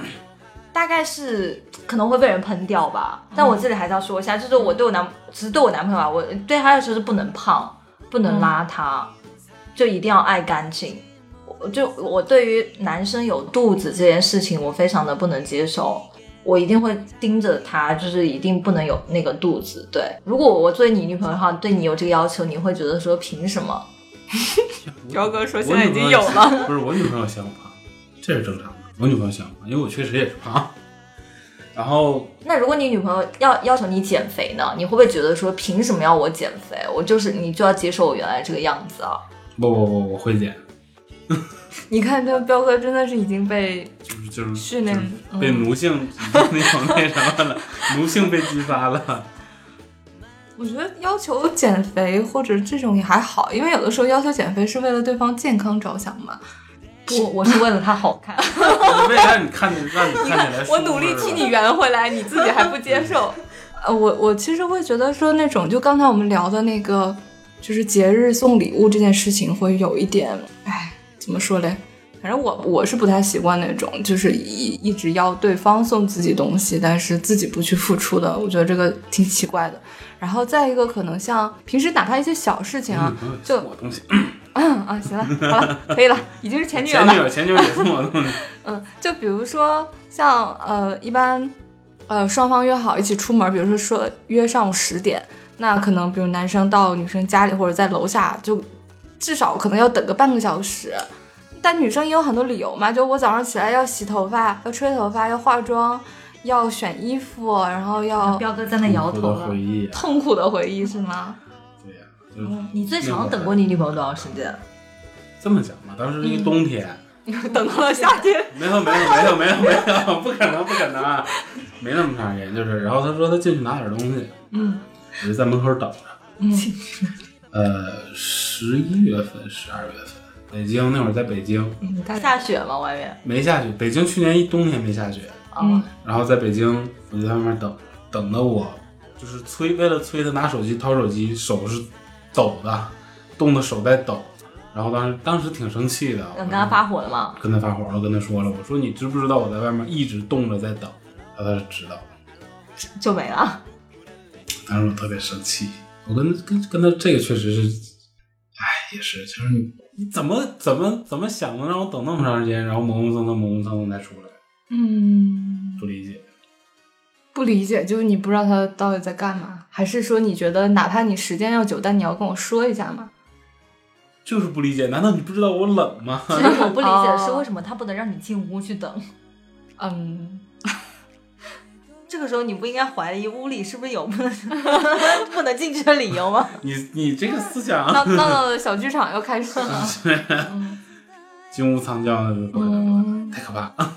S2: 大概是可能会被人喷掉吧，但我这里还是要说一下，就是我对我男，只是对我男朋友啊，我对他要求是不能胖，不能邋遢，就一定要爱干净。我就我对于男生有肚子这件事情，我非常的不能接受。我一定会盯着他，就是一定不能有那个肚子。对，如果我作为你女朋友的话，对你有这个要求，你会觉得说凭什么？
S3: 彪哥说
S4: 我
S3: 现在
S4: 女
S3: 已经
S4: 朋
S3: 有
S4: 友
S3: 了，
S4: 不是我女朋友嫌我胖，这是正常的。我女朋友嫌我胖，因为我确实也是胖。然后
S2: 那如果你女朋友要要求你减肥呢，你会不会觉得说凭什么要我减肥？我就是你就要接受我原来这个样子啊？
S4: 不不不，我会减，
S3: 你看这彪哥真的是已经被
S4: 就是就是
S3: 训练
S4: 就是被奴性、 那种那什么了，奴性被激 发了。
S3: 我觉得要求减肥或者这种也还好，因为有的时候要求减肥是为了对方健康着想嘛。
S2: 不，我是为了他好 看。
S4: 为了让你看见，让你看起来舒服，
S3: 我努力替你圆回来，你自己还不接受。 呃，我我其实会觉得说那种，就刚才我们聊的那个，就是节日送礼物这件事情，会有一点，哎，怎么说嘞？反正我我是不太习惯那种，就是一一直要对方送自己东西，但是自己不去付出的，我觉得这个挺奇怪的。然后再一个，可能像平时哪怕一些小事情啊，
S4: 嗯。
S3: 就
S4: 我东西，
S3: 嗯 啊，行了，好了，可以了，已经是前女友
S2: 啊
S4: 前女
S3: 了。
S4: 友，前女友也送我东西，
S3: 嗯，就比如说像呃，一般呃双方约好一起出门，比如说说约上午十点，那可能比如男生到女生家里或者在楼下，就至少可能要等个半个小时。但女生也有很多理由嘛，就我早上起来要洗头发，要吹头发，要化妆，要选衣服，然后要
S2: 彪哥在那 摇
S4: 我
S2: 头
S4: 的
S2: 了
S4: 回。忆啊，
S3: 痛苦的回忆是吗？
S4: 对呀，就是
S2: 嗯你最长等过你女朋友多长时间？
S4: 这么讲嘛。当时一冬天，
S2: 嗯
S3: 等到了夏天，
S4: 没有没有没有没有没有，不可能不可能啊，没那么长时间。就是，然后他说他进去拿点东西，
S3: 嗯
S4: 我就在门口等着。
S3: 嗯
S4: 呃，十一月份、十二月份，北京那会儿在北京
S3: 嗯，大概
S2: 下雪吗？外面？
S4: 没下雪，北京去年一冬天没下雪，
S3: 嗯
S2: 啊，
S4: 然后在北京我就在外面等，等的我就是催，为了催他拿手机掏手机，手是抖的，冻的手在抖，然后当时当时挺生气的，
S2: 想跟他发火了吗？
S4: 跟他发火了，跟他说了，我说你知不知道我在外面一直冻着在等，然后他就知道了，
S2: 就没了。
S4: 当时我特别生气，我跟跟跟他这个确实是，哎，也是，就是你你怎么怎么怎么想的，让我等那么长时间，然后磨磨蹭蹭磨磨蹭蹭才出来，
S3: 嗯。
S4: 不理解。
S3: 不理解，就是你不知道他到底在干嘛，还是说你觉得哪怕你时间要久，但你要跟我说一下嘛？
S4: 就是不理解，难道你不知道我冷吗？
S2: 其实我不理解的是，
S3: 哦
S2: 为什么他不能让你进屋去等？
S3: 嗯，
S2: 这个时候你不应该怀疑屋里是不是有不能 不能进去的理由吗？
S4: 你你这个思想
S3: 闹闹闹的小剧场要开始了。
S4: 金屋藏娇的回来了，
S3: 嗯
S4: 太可怕了。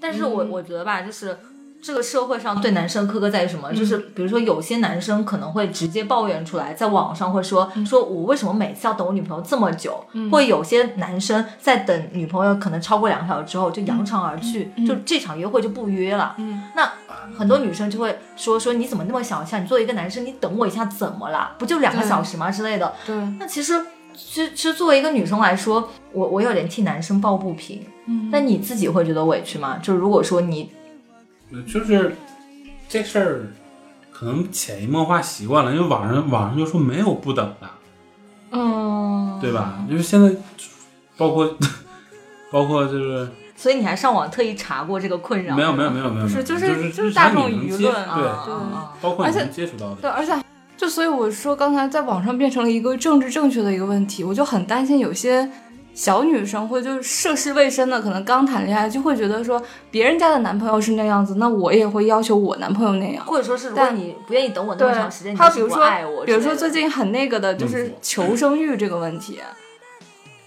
S2: 但是我
S3: 嗯
S2: 我觉得吧，就是这个社会上对嗯男生苛刻在于什么？就是比如说有些男生可能会直接抱怨出来，在网上会说、说我为什么每次要等我女朋友这么久？或者有些男生在等女朋友可能超过两个小时之后就扬长而去，就这场约会就不约了。
S3: 嗯
S2: 那很多女生就会说说你怎么那么小气啊？你作为一个男生，你等我一下怎么了？不就两个
S3: 对
S2: 小时吗之类的？
S3: 对，
S2: 那其实，其实其实作为一个女生来说，我我有点替男生抱不平。
S3: 嗯
S2: 那你自己会觉得委屈吗？就如果说你
S4: 就是这事儿，可能潜移默化习惯了，因为网上网上就说没有不等的，
S3: 嗯，
S4: 对吧？就是现在，包括包括就是
S2: 所以你还上网特意查过这个困扰？
S4: 没有没有没有没有，
S3: 不是
S4: 就
S3: 就是
S4: 是
S3: 就是
S4: 日
S3: 大
S4: 常
S3: 众
S4: 你能
S3: 舆
S4: 接
S3: 论
S2: 啊
S4: 对，
S2: 啊
S4: 包括
S3: 而
S4: 你
S3: 且
S4: 能接触到
S3: 对，
S4: 的，
S3: 而且就所以我说刚才在网上变成了一个政治正确的一个问题，我就很担心有些。小女生会就是涉世未深的，可能刚谈恋爱就会觉得说别人家的男朋友是那样子，那我也会要求我男朋友那样。
S2: 或者说是如果
S3: 但
S2: 你不愿意等我那
S3: 对，
S2: 么长时间，你
S3: 还
S2: 就
S3: 有
S2: 是
S3: 比如
S2: 不
S3: 说
S2: 爱我之类的。
S3: 比如说最近很那个的就是求生欲这个问题。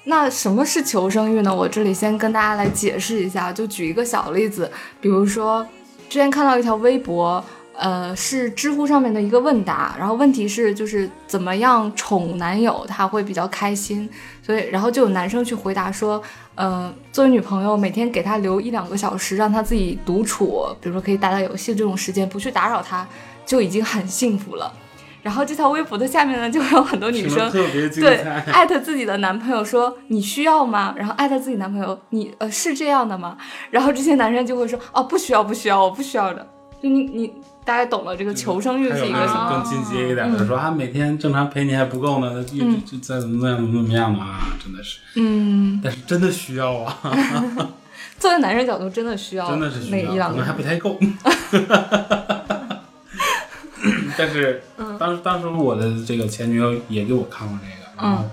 S3: 那什么是求生欲呢？我这里先跟大家来解释一下，就举一个小例子，比如说之前看到一条微博，呃，是知乎上面的一个问答，然后问题是就是怎么样宠男友他会比较开心，所以然后就有男生去回答说，呃，作为女朋友每天给他留一两个小时，让他自己独处，比如说可以打打游戏这种时间，不去打扰他，就已经很幸福了。然后这条微博的下面呢，就会有很多女
S4: 听
S3: 生
S4: 着特别精
S3: 对
S4: 彩，
S3: 艾特自己的男朋友说你需要吗？然后艾特自己男朋友你呃是这样的吗？然后这些男生就会说哦不需要不需要我不需要的，就你你大概懂了这个求生欲
S4: 还
S3: 是
S4: 有
S3: 一
S4: 那
S3: 个
S1: 什
S3: 什
S1: 么
S3: 么。
S4: 种更进阶一点的说啊，每天正常陪你还不够呢，又
S3: 嗯
S4: 就再怎么怎么怎么样的啊，真的是，
S3: 嗯，
S4: 但是真的需要啊，
S3: 作为男生角度，真的需要
S4: 真的是需
S3: 那
S4: 要，
S3: 一两
S4: 可
S3: 个
S4: 能还不太够。但是当时当时我的这个前女友也给我看过这个，然后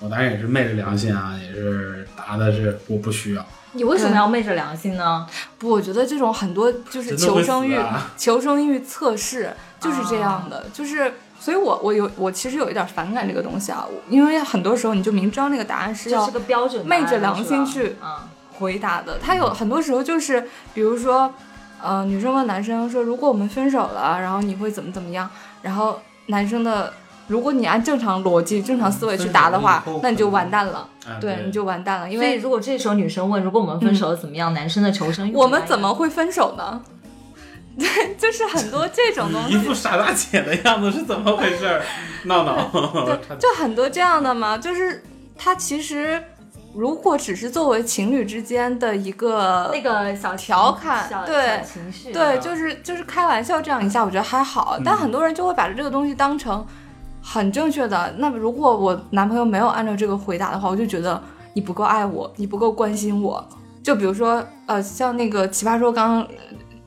S4: 我当然也是昧着良心啊，也是答的是我不需要，
S2: 你为什么要昧着良心呢？
S3: 不，我觉得这种很多就是
S4: 真的会
S3: 求
S4: 死
S3: 生欲、
S4: 啊，
S3: 求生欲测试就是这样的，就是。所以我，我有我其实有一点反感这个东西啊，因为很多时候你就明知道那个答案是
S2: 这
S3: 要
S2: 是个标准答
S3: 昧
S2: 案，
S3: 着良心
S2: 是
S3: 去
S2: 吧啊。
S3: 回答的。他有很多时候就是，比如说，呃，女生问男生说，如果我们分手了，然后你会怎么怎么样？然后男生的，如果你按正常逻辑、正常思维去答的话
S4: 嗯分手了以后，
S3: 那你就完蛋了，
S4: 哎
S3: 对，你就完蛋了，因
S2: 所以
S3: 为嗯
S2: 如果这时候女生问，如果我们分手了怎么样，男生的求生欲，
S3: 我们怎么会分手呢？ 对，就是很多这种东
S4: 一
S3: 西。
S4: 副傻大姐的样子是怎么回事儿？闹闹，差点
S3: 就很多这样的嘛，就是它其实如果只是作为情侣之间的一个
S2: 那个啊小情
S3: 调侃
S2: 小
S3: 对
S2: 小情绪，
S3: 对，就是就是开玩笑这样一下，我觉得还好，但很多人就会把这个东西当成很正确的。那么如果我男朋友没有按照这个回答的话，我就觉得你不够爱我，你不够关心我。就比如说，呃，像那个《奇葩说》刚刚，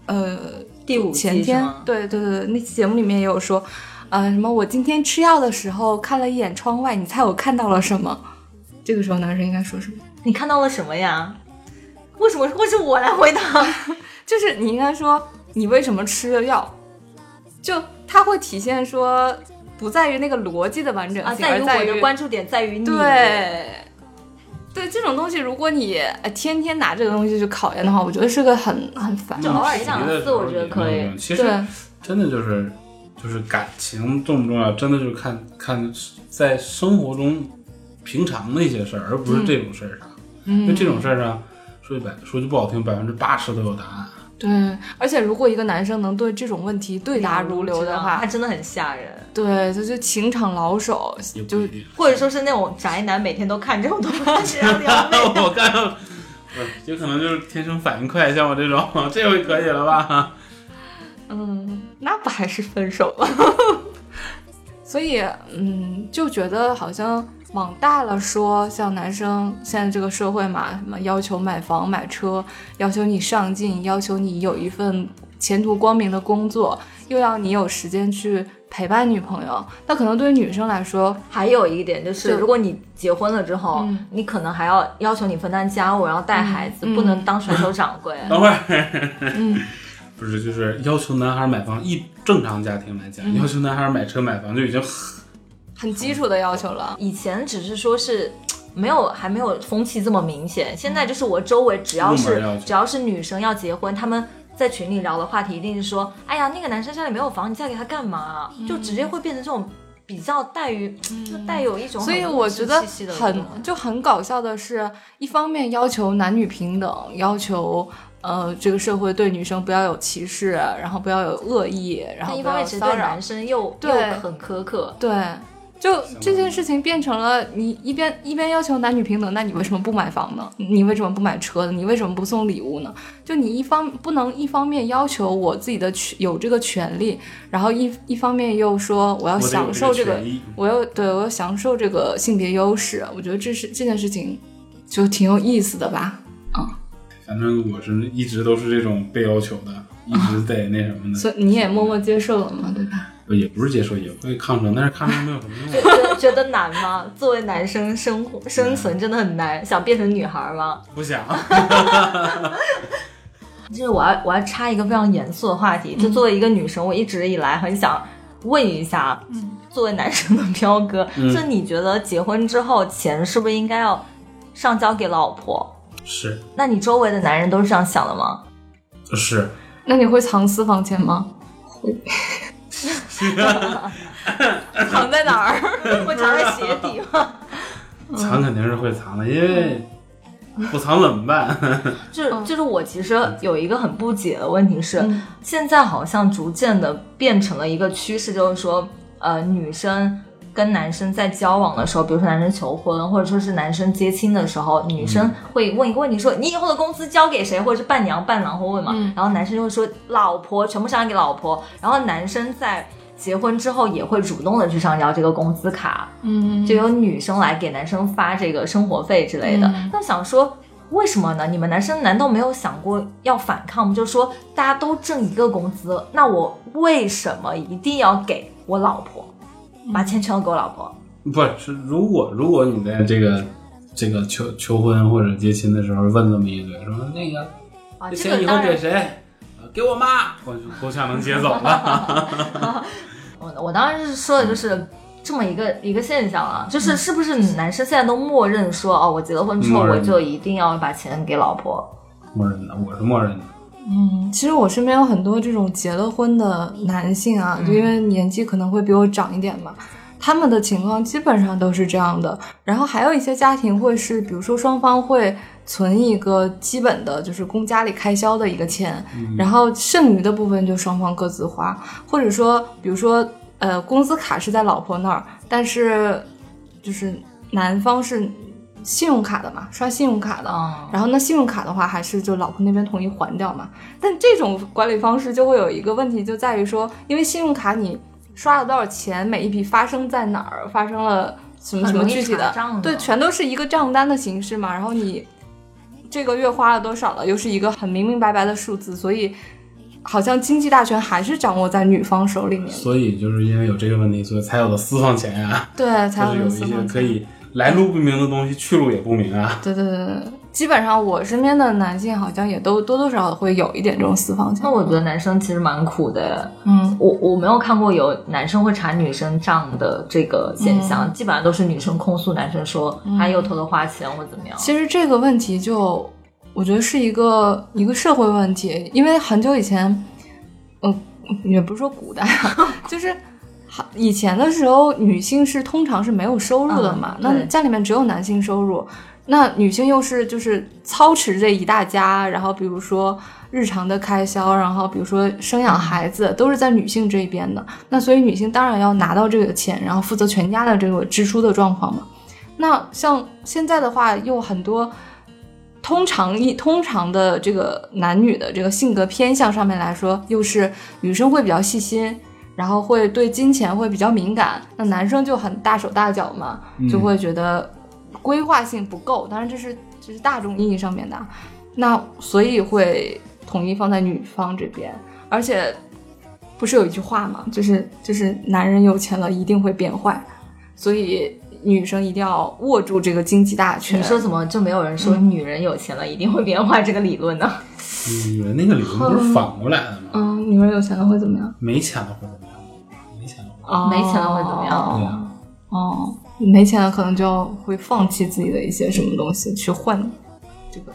S3: 呃，
S2: 第五季
S3: 前
S2: 是
S3: 天
S2: 吗，
S3: 对对对，对那期节目里面也有说，呃，什么我今天吃药的时候看了一眼窗外，你猜我看到了什么？这个时候男生应该说什么？
S2: 你看到了什么呀？为什么会是我来回 答？
S3: 就是你应该说你为什么吃了药，就它会体现说不在于那个逻辑的完整性，
S2: 啊，
S3: 而
S2: 在于
S3: 在
S2: 我的关注点在于你，，
S3: 对。对这种东西，如果你呃天天拿这个东西去考验的话，我觉得是个很很烦。
S2: 就偶尔一两次我觉得可以
S4: 嗯其实
S3: 对，
S4: 真的就是就是感情重不重要，真的就是看看在生活中平常的一些事儿，而不是这种事儿上。因为
S3: 嗯，
S4: 这种事儿上，说句白说句不好听，百分之八十都有答案。
S3: 对。而且如果一个男生能对这种问题对答
S2: 哦
S3: 如流的话
S2: 他，啊真的很吓人。
S3: 对，就就情场老手
S4: 也，不
S3: 就
S4: 一定。
S2: 或者 说是那种宅男，每天都看这种东 西，然后你要
S4: 我看到，不是 有可能就是天生反应快，像我这种， 这回可以了吧？
S3: 嗯，那不还是分手了？所以，嗯，就觉得好像往大了说，像男生现在这个社会嘛，什么要求买房买车，要求你上进，要求你有一份前途光明的工作，又要你有时间去陪伴女朋友。那可能对于女生来说，
S2: 还有一点就是，
S3: 就
S2: 如果你结婚了之后，
S3: 嗯
S2: 你可能还要要求你分担家务，然后带孩子，
S3: 嗯
S2: 不能当甩手掌柜。
S4: 等会儿
S3: 嗯，
S4: 不是就是要求男孩买房，一正常家庭来
S3: 嗯
S4: 讲，要求男孩买车买房就已经很
S3: 很基础的要求了。
S2: 以前只是说是没有，还没有风气这么明显。现在就是我周围只要
S4: 入
S2: 是
S4: 门要求
S2: 只要是女生要结婚，她们在群里聊的话题一定是说，哎呀，那个男生家里没有房，你嫁给他干嘛？
S3: 嗯
S2: 就直接会变成这种比较带于，就带有一种
S3: 所以
S2: 很
S3: 我
S2: 文
S3: 觉
S2: 质
S3: 得
S2: 气息的一种
S3: 很就很搞笑的是，一方面要求男女平等，要求呃这个社会对女生不要有歧视，然后不要有恶意，然后
S2: 但一
S3: 不
S2: 方
S3: 要
S2: 面
S3: 有
S2: 其实
S3: 骚
S2: 对
S3: 扰
S2: 男，生又又
S3: 对
S2: 很苛刻，
S3: 对。就这件事情变成了你一边一边要求男女平等，那你为什么不买房呢？你为什么不买车呢？你为什么不送礼物呢？就你一方不能一方面要求我自己的权有这个权利，然后一一方面又说我要
S4: 我得有
S3: 哦享受这
S4: 这
S3: 个
S4: 权益
S3: 我要对我要享受这个性别优势，我觉得这是这件事情就挺有意思的吧。
S4: 反正我是一直都是这种被要求 的，一直得那什么的，
S3: 所以你也默默接受了嘛，对吧？
S4: 也不是接受，也会抗争，但是抗争没有什么用。
S2: 觉得觉得难吗？作为男生生活生存真的很难，想变成女孩吗？
S4: 不想，
S2: 就是我要我要插一个非常严肃的话题，就作为一个女生，我一直以来很想问一下，作为男生的彪哥，
S4: 嗯
S2: 就你觉得结婚之后钱是不是应该要上交给老婆？
S4: 是
S2: 那你周围的男人都是这样想的吗？
S4: 是，
S3: 那你会藏私房钱吗？
S2: 藏在哪 儿？我藏在鞋底吗？
S4: 藏肯定是会藏的，因为不藏怎么办？
S2: 就是就是我其实有一个很不解的问题是，
S3: 嗯
S2: 现在好像逐渐的变成了一个趋势，就是说，呃，女生跟男生在交往的时候，比如说男生求婚，或者说是男生接亲的时候，女生会问一个问题说，你以后的工资交给谁，或者是伴娘伴郎会问嘛，然后男生就会说老婆，全部上交给老婆，然后男生在。结婚之后也会主动的去上交这个工资卡，
S3: 嗯，嗯
S2: 就由女生来给男生发这个生活费之类的。那、想说，为什么呢？你们男生难道没有想过要反抗吗？就是说，大家都挣一个工资，那我为什么一定要给我老婆？
S3: 嗯
S2: 把钱全都给我老婆？
S4: 不是，如果如果你在这个这个求求婚或者接亲的时候问那么一嘴，说那个
S2: 啊，
S4: 这
S2: 这
S4: 钱
S2: 个
S4: 以后
S2: 当
S4: 给
S2: 然，
S4: 谁？呃给我妈， 我我想能接走了。
S2: 我我当时说
S4: 嗯
S2: 的就是。这么一个一个现象
S3: 嗯
S2: 啊，就是是不是男生现在都默认说哦，我结了婚之后
S4: 默认
S2: 我就一定要把钱给老婆？
S4: 默认的，我是默认的。
S3: 嗯，其实我身边有很多这种结了婚的男性啊，就因为年纪可能会比我长一点嘛，他们的情况基本上都是这样的。然后还有一些家庭会是，比如说双方会存一个基本的，就是供家里开销的一个钱，然后剩余的部分就双方各自花，或者说，比如说，呃，工资卡是在老婆那儿，但是就是男方是信用卡的嘛，刷信用卡的。
S2: 嗯，
S3: 然后那信用卡的话，还是就老婆那边统一还掉嘛。但这种管理方式就会有一个问题，就在于说，因为信用卡你刷了多少钱，每一笔发生在哪儿，发生了什么什
S2: 很
S3: 么
S2: 容易
S3: 具体
S2: 查
S3: 的，
S2: 账
S3: 对，全都是一个账单的形式嘛。然后你这个月花了多少了，又是一个很明明白白的数字，所以好像经济大权还是掌握在女方手里面。
S4: 所以就是因为有这个问题，所以才有了私房钱啊，
S3: 对， 才
S4: 就是有
S3: 有
S4: 一
S3: 私
S4: 些
S3: 房
S4: 可
S3: 钱。
S4: 以来路不明的东西，去路也不明 啊。
S3: 对对对对，对基本上我身边的男性好像也都多多少少会有一点这种私房钱。
S2: 那我觉得男生其实蛮苦的，
S3: 嗯，
S2: 我我没有看过有男生会查女生账的这个现象，基本上都是女生控诉男生说他又偷偷花钱或怎么样。
S3: 其实这个问题就，我觉得是一个一个社会问题，因为很久以前，嗯、也不是说古代啊， 就是好以前的时候，女性是通常是没有收入的嘛，
S2: 嗯
S3: 那
S2: 对
S3: 家里面只有男性收入，那女性又是就是操持这一大家，然后比如说日常的开销，然后比如说生
S2: 嗯
S3: 养孩子，都是在女性这一边的。那所以女性当然要拿到这个钱，然后负责全家的这个支出的状况嘛。那像现在的话，又很多。通常一通常的这个男女的这个性格偏向上面来说，又是女生会比较细心，然后会对金钱会比较敏感，那男生就很大手大脚嘛，就会觉得规划性不够。当然这是这是大众意义上面的啊，那所以会统一放在女方这边，而且不是有一句话嘛，就是就是男人有钱了一定会变坏，所以女生一定要握住这个经济大权。
S2: 你说怎么就没有人说女人有钱了一定会变坏这个理论呢？
S4: 女人那个理论不是反过来的 吗？
S3: 嗯，女人有钱了会怎么样？
S4: 没钱了会怎么样？没钱了会
S3: 哦
S2: 没钱了会怎么样？
S4: 对啊，
S3: 哦，没钱了可能就会放弃自己的一些什么东西去换这个，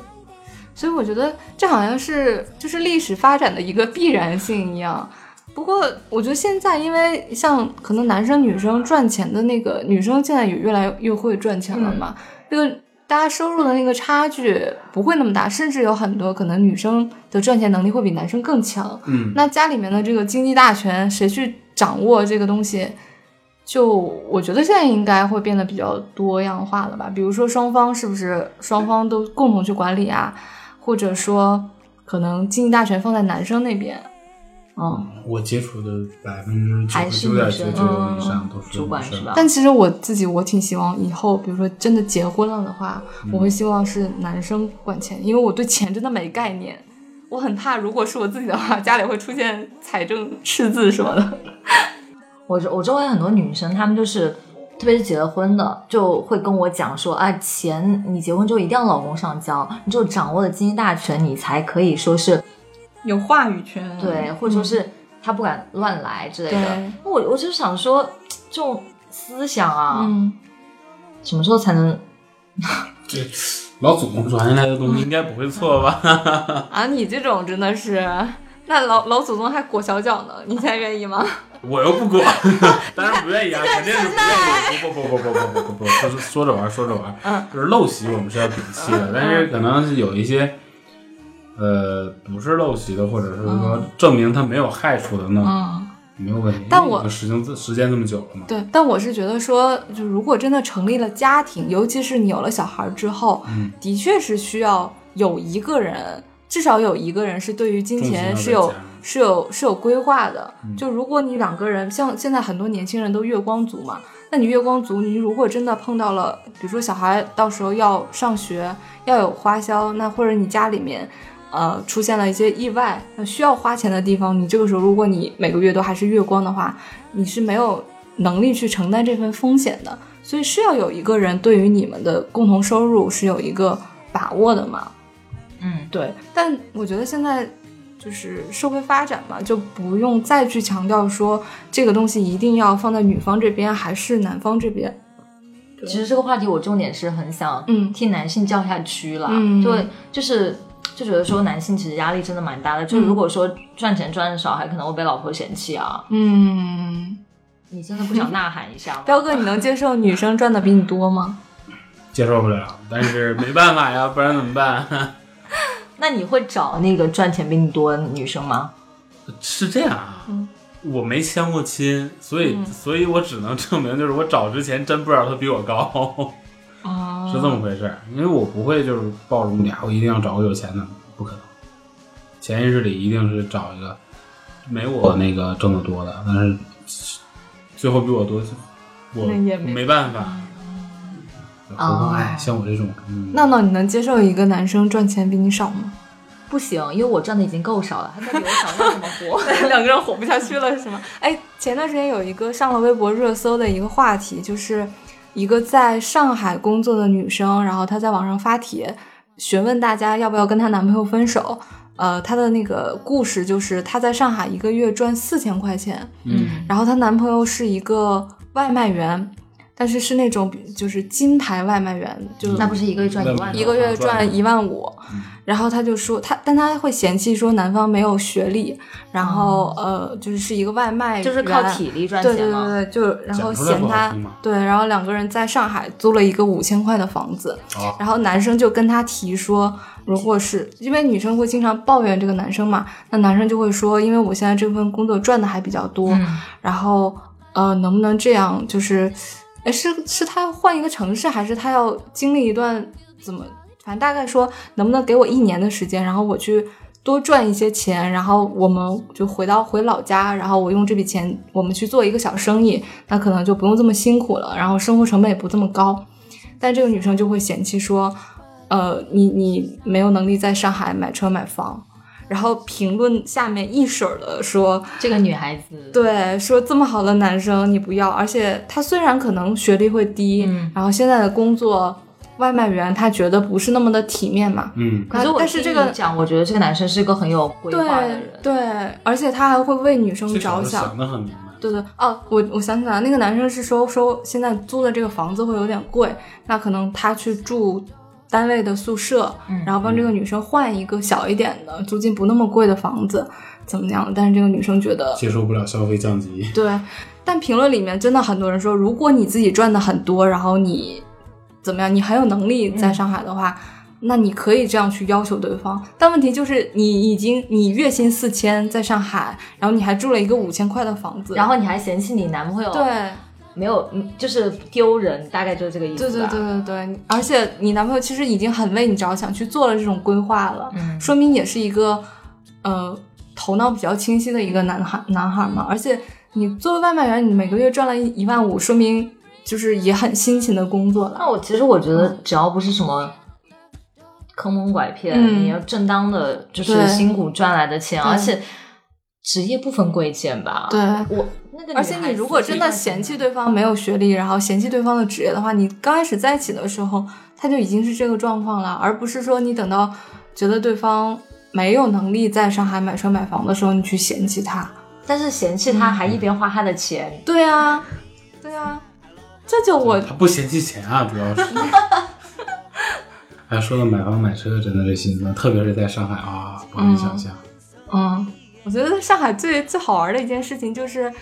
S3: 所以我觉得这好像是就是历史发展的一个必然性一样。不过我觉得现在因为像可能男生女生赚钱的那个女生现在也越来越会赚钱了嘛，那个大家收入的那个差距不会那么大，甚至有很多可能女生的赚钱能力会比男生更强。
S4: 嗯，
S3: 那家里面的这个经济大权，谁去掌握这个东西？就我觉得现在应该会变得比较多样化了吧，比如说双方是不是双方都共同去管理啊，或者说可能经济大权放在男生那边，嗯，
S4: 我接触的百分之九
S2: 还是
S4: 十九
S2: 女
S4: 点九
S2: 生嗯
S4: 九以上都是
S2: 主管
S4: 女生
S2: 是吧？
S3: 但其实我自己我挺希望以后，比如说真的结婚了的话，我会希望是男生管钱，因为我对钱真的没概念，我很怕如果是我自己的话，家里会出现财政赤字什么的。
S2: 我周我周围很多女生，她们就是，特别是结了婚的，就会跟我讲说啊，钱你结婚之后一定要老公上交，你只有掌握了经济大权，你才可以说是
S3: 有话语权，
S2: 对，或者说是他不敢乱来之类的
S3: 嗯对。
S2: 那我我就想说，这种思想啊，
S3: 嗯，
S2: 什么时候才能？
S4: 老祖宗传下来的东西应该不会错 吧？
S3: 啊，你这种真的是，那老老祖宗还裹小脚呢，你现在愿意吗？
S4: 我又不 管，当然不愿意啊，肯定是不愿意。不不不不不不不不，说说着玩儿说着玩儿，
S2: 嗯
S4: 就是陋习我们是要摒弃的，但是可能是有一些，
S2: 嗯
S4: 呃，不是陋习的，或者是说证明它没有害处的呢，
S3: 嗯，
S4: 没有问题。
S3: 但
S4: 因为
S3: 我
S4: 你们时间时间这么久了嘛，
S3: 对，但我是觉得说，就如果真的成立了家庭，尤其是你有了小孩之后，
S4: 嗯，
S3: 的确是需要有一个人，至少有一个人是对于金
S4: 重心要
S3: 钱
S4: 在
S3: 是有
S4: 家上
S3: 是有是有规划的
S4: 嗯。
S3: 就如果你两个人，像现在很多年轻人都月光族嘛，那你月光族，你如果真的碰到了，比如说小孩到时候要上学，要有花销，那或者你家里面。呃，出现了一些意外，那需要花钱的地方，你这个时候如果你每个月都还是月光的话，你是没有能力去承担这份风险的，所以是要有一个人对于你们的共同收入是有一个把握的嘛。
S2: 嗯，
S3: 对，但我觉得现在就是社会发展嘛，就不用再去强调说这个东西一定要放在女方这边还是男方这边。
S2: 其实这个话题我重点是很想
S3: 嗯
S2: 替男性叫下屈了，
S3: 嗯
S2: 对，就是就觉得说男性其实压力真的蛮大的，就
S3: 嗯
S2: 如果说赚钱赚的少，还可能会被老婆嫌弃啊，
S3: 嗯，
S2: 你真的不想呐喊一下吗？
S3: 彪哥，你能接受女生赚的比你多吗？
S4: 接受不了，但是没办法呀，不然怎么办？
S2: 那你会找那个赚钱比你多的女生吗？
S4: 是这样啊，
S3: 嗯
S4: 我没相过亲，所以、
S3: 嗯
S4: 所以我只能证明，就是我找之前真不知道他比我高，
S3: 啊
S4: 是这么回事儿。因为我不会就是抱着目俩，啊我一定要找个有钱的，不可能。潜意识里一定是找一个没我那个挣得多的，但是最后比我多，我
S3: 那也没嗯
S4: 没办法。
S2: 哦
S4: 哎，像我这种，嗯，
S3: 闹闹，你能接受一个男生赚钱比你少吗？
S2: 不行，因为我赚的已经够少了，还在比我少，那怎么活？
S3: 两个人活不下去了是吗？哎，前段时间有一个上了微博热搜的一个话题，就是一个在上海工作的女生，然后她在网上发帖询问大家要不要跟她男朋友分手。呃，她的那个故事就是她在上海一个月赚四千块钱，
S4: 嗯，
S3: 然后她男朋友是一个外卖员，但是是那种比就是金牌外卖员，就
S2: 那不是一个月赚一万
S3: 一个月赚一万五
S4: 嗯，
S3: 然后他就说他，但他会嫌弃说男方没有学历，然后呃，就是是一个外卖，
S2: 哦就是靠体力赚
S3: 哎对
S2: 钱
S3: 对
S2: 吗？
S3: 对对，就然后
S4: 讲出来
S3: 嫌
S4: 不好
S3: 他
S4: 听嘛
S3: 对，然后两个人在上海租了一个五千块的房子，
S4: 好，
S3: 然后男生就跟他提说，如果是因为女生会经常抱怨这个男生嘛，那男生就会说，因为我现在这份工作赚的还比较多，
S2: 嗯
S3: 然后呃，能不能这样？就是，哎，是是他要换一个城市，还是他要经历一段怎么？反正大概说，能不能给我一年的时间，然后我去多赚一些钱，然后我们就回到回老家，然后我用这笔钱，我们去做一个小生意，那可能就不用这么辛苦了，然后生活成本也不这么高。但这个女生就会嫌弃说，呃，你你没有能力在上海买车买房，然后评论下面一水儿的说，
S2: 这个女孩子，
S3: 对，说这么好的男生你不要，而且他虽然可能学历会低，
S2: 嗯
S3: 然后现在的工作外卖员他觉得不是那么的体面嘛，
S4: 嗯，
S2: 可是我
S3: 但是
S2: 听
S3: 这个
S2: 你讲，我觉得这个男生是个很有规
S3: 对
S2: 划的人。
S3: 对，而且他还会为女生
S4: 这小
S3: 着
S4: 子
S3: 想
S4: 想。得很明白。
S3: 对对哦，我我想起来，那个男生是说说现在租的这个房子会有点贵，那可能他去住单位的宿舍，
S2: 嗯
S3: 然后帮这个女生换一个小一点的，租金不那么贵的房子，怎么样？但是这个女生觉得
S4: 接受不了消费降级。
S3: 对，但评论里面真的很多人说，如果你自己赚的很多，然后你怎么样，你很有能力
S2: 嗯
S3: 在上海的话，那你可以这样去要求对方。但问题就是，你已经你月薪四千在上海，然后你还住了一个五千块的房子，
S2: 然后你还嫌弃你男朋友
S3: 对
S2: 没有，嗯就是丢人，大概就是这个意思
S3: 对对
S2: 吧。
S3: 对对对，而且你男朋友其实已经很为你着想，去做了这种规划了，
S2: 嗯
S3: 说明也是一个呃头脑比较清晰的一个男孩男孩嘛。而且你作为外卖员，你每个月赚了一一万五，说明就是也很辛勤的工作了。
S2: 那我其实我觉
S3: 嗯
S2: 得，只要不是什么坑蒙拐骗，
S3: 嗯
S2: 你要正当的，就是
S3: 对
S2: 辛苦赚来的钱，
S3: 对
S2: 而且职业不分贵贱吧。
S3: 对，
S2: 我那个女孩子，
S3: 而且你如果真的嫌弃对方没有学历，然后嫌弃对方的职业的话，你刚开始在一起的时候他就已经是这个状况了，而不是说你等到觉得对方没有能力在上海买车买房的时候，你去嫌弃他。
S2: 但是嫌弃他
S3: 嗯
S2: 还一边花他的钱，
S3: 对啊，对啊，这就我
S4: 他不嫌弃钱啊，主要是。哎，说到买房买车，真的是心酸，特别是在上海啊，不敢想象。
S3: 嗯，我觉得上海最最好玩的一件事情就是，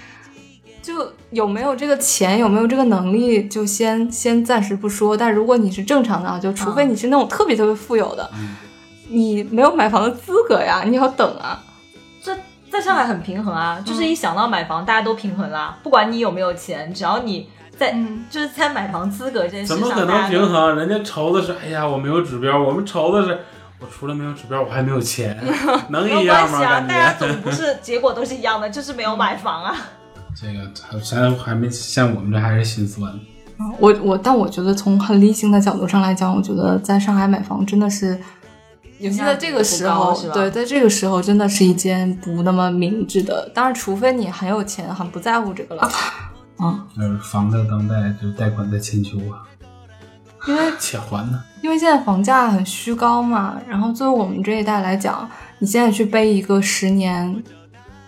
S3: 就有没有这个钱，有没有这个能力，就先先暂时不说。但如果你是正常的啊，就除非你是那种特别特别富有的，
S4: 嗯
S3: 你没有买房的资格呀，你要等啊。
S2: 这在上海很平衡
S3: 嗯
S2: 啊，就是一想到买房，大家都平衡啦，不管你有没有钱，只要你在
S3: 嗯
S2: 就是在买房资格这件事
S4: 怎
S2: 上，
S4: 么可
S2: 大
S4: 能
S2: 家都
S4: 平衡？啊人家愁的是，哎呀，我没有指标；我们愁的是，我除了没有指标，我还没有钱，能
S2: 没
S4: 一
S2: 有关
S4: 样吗？
S2: 系啊，
S4: 感
S2: 大家
S4: 觉
S2: 总不是结果都是一样的，就是没有买房啊。
S4: 这个还现在还没像我们这还是心酸。
S3: 我我，但我觉得从很理性的角度上来讲，我觉得在上海买房真的是，尤其在这个时
S2: 性价比
S3: 候
S2: 不高是吧，
S3: 对，在这个时候真的是一件不那么明智的。当然，除非你很有钱，很不在乎这个了，
S4: 就是房贷当代就是贷款在千秋啊，
S3: 因为
S4: 且还呢。
S3: 因为现在房价很虚高嘛。然后作为我们这一代来讲，你现在去背一个十年、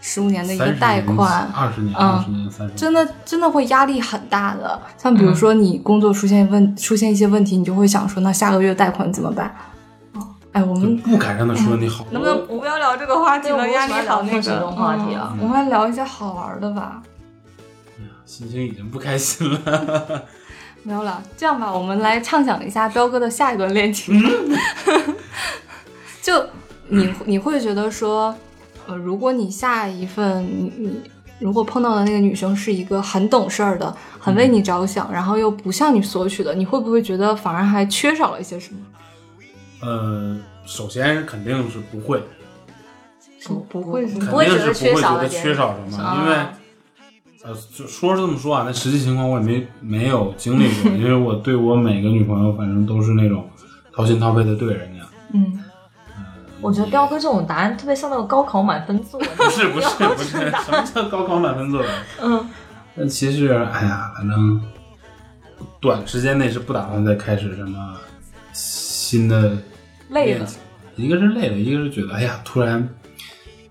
S3: 十五年的一个贷款，
S4: 二十年、
S3: 嗯
S4: 二十年、三十年，
S3: 真的真的会压力很大的。像比如说你工作出现问、出现一些问题，你就会想说，那下个月贷款怎么办？哎，我
S4: 就
S3: 们
S4: 不敢让他说你好，
S3: 能不能不要聊这个话题
S2: 对我
S3: 了？
S2: 们
S3: 压力
S2: 为什么要聊
S3: 好那
S2: 政治
S3: 个
S2: 这种话题啊
S3: 嗯我们来聊一些好玩的吧。
S4: 心情已经不开心了。
S3: 没有了，这样吧，我们来畅想一下彪哥的下一段恋情。 就你你会觉得说，呃，如果你下一份你你如果碰到的那个女生是一个很懂事儿的，很为你着想，然后又不向你索取的，你会不会觉得反而还缺少了一些什么？
S4: 呃，首先是肯定是不会，
S3: 不不会是
S2: 你
S4: 肯
S2: 不会
S4: 定
S2: 觉
S4: 是不
S2: 得缺
S4: 会
S2: 少
S4: 觉
S2: 了
S4: 得
S2: 点
S4: 缺少什么，
S3: 啊
S4: 因为呃，就说是这么说啊，但实际情况我也没没有经历过，因为我对我每个女朋友反正都是那种掏心掏肺的对人家。
S3: 嗯，
S2: 我觉得彪哥这种答案特别像那个高考满分作文，
S4: 不是 不是不是，什么叫高考满分作文？
S2: 嗯，
S4: 但其实哎呀，反正短时间内是不打算再开始什么新的
S2: 累
S4: 恋
S2: 了
S4: 情，一个是累了，一个是觉得哎呀，突然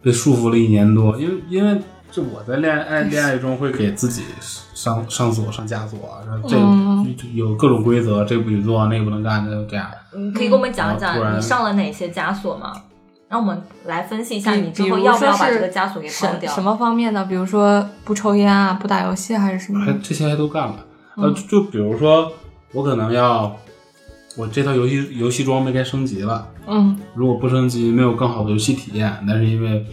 S4: 被束缚了一年多，因为因为这我在恋爱恋爱中会给自己上上锁上枷锁，啊然后这个、
S3: 嗯
S4: 有各种规则，这不许做，那个不能干，这这样。
S2: 你可以给我们讲一
S4: 嗯突然
S2: 讲你上了哪些枷锁吗？让我们来分析一下
S3: 比
S2: 你之
S3: 比
S2: 后
S3: 如
S2: 要不要
S3: 说
S2: 把
S3: 是
S2: 这个枷锁给抛
S3: 什
S2: 掉
S3: 什。么方面呢？比如说不抽烟啊，不打游戏还是什么
S4: 还？这些还都干了。呃，就就比如说，我可能要我这套游戏游戏装备该升级了，
S3: 嗯
S4: 如果不升级，没有更好的游戏体验。但是因为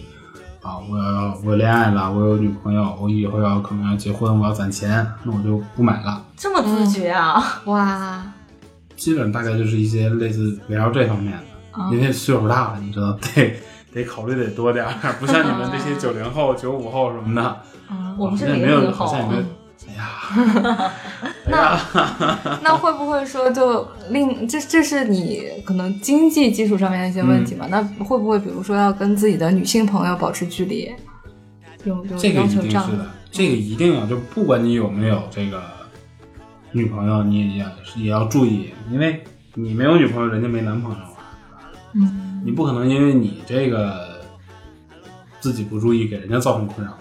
S4: 啊，我要我恋爱了，我有女朋友，我以后要可能要结婚，我要攒钱，那我就不买了。
S2: 这么自觉啊？
S3: 哇，
S4: 基本大概就是一些类似围绕这方面的，
S2: 哦
S4: 因为岁数大了，你知道得得考虑得多点儿，不像你们这些九零后、九五后什么的，
S2: 哦
S3: 嗯
S2: 我们
S4: 好
S2: 是
S4: 像
S2: 零
S4: 也没有，
S2: 零
S4: 好
S2: 后
S4: 像也
S2: 啊，
S4: 没有。哎 呀，哎呀。
S3: 那会不会说就另这这是你可能经济基础上面的一些问题
S4: 嗯
S3: 嘛？那会不会比如说要跟自己的女性朋友保持距离？有有
S4: 这个
S3: 要
S4: 一
S3: 求
S4: 定
S3: 这
S4: 是
S3: 样
S4: 的，这个一定要，就不管你有没有这个女朋友，你也也要注意，因为你没有女朋友，人家没男朋友啊。嗯，你不可能因为你这个自己不注意，给人家造成困扰啊。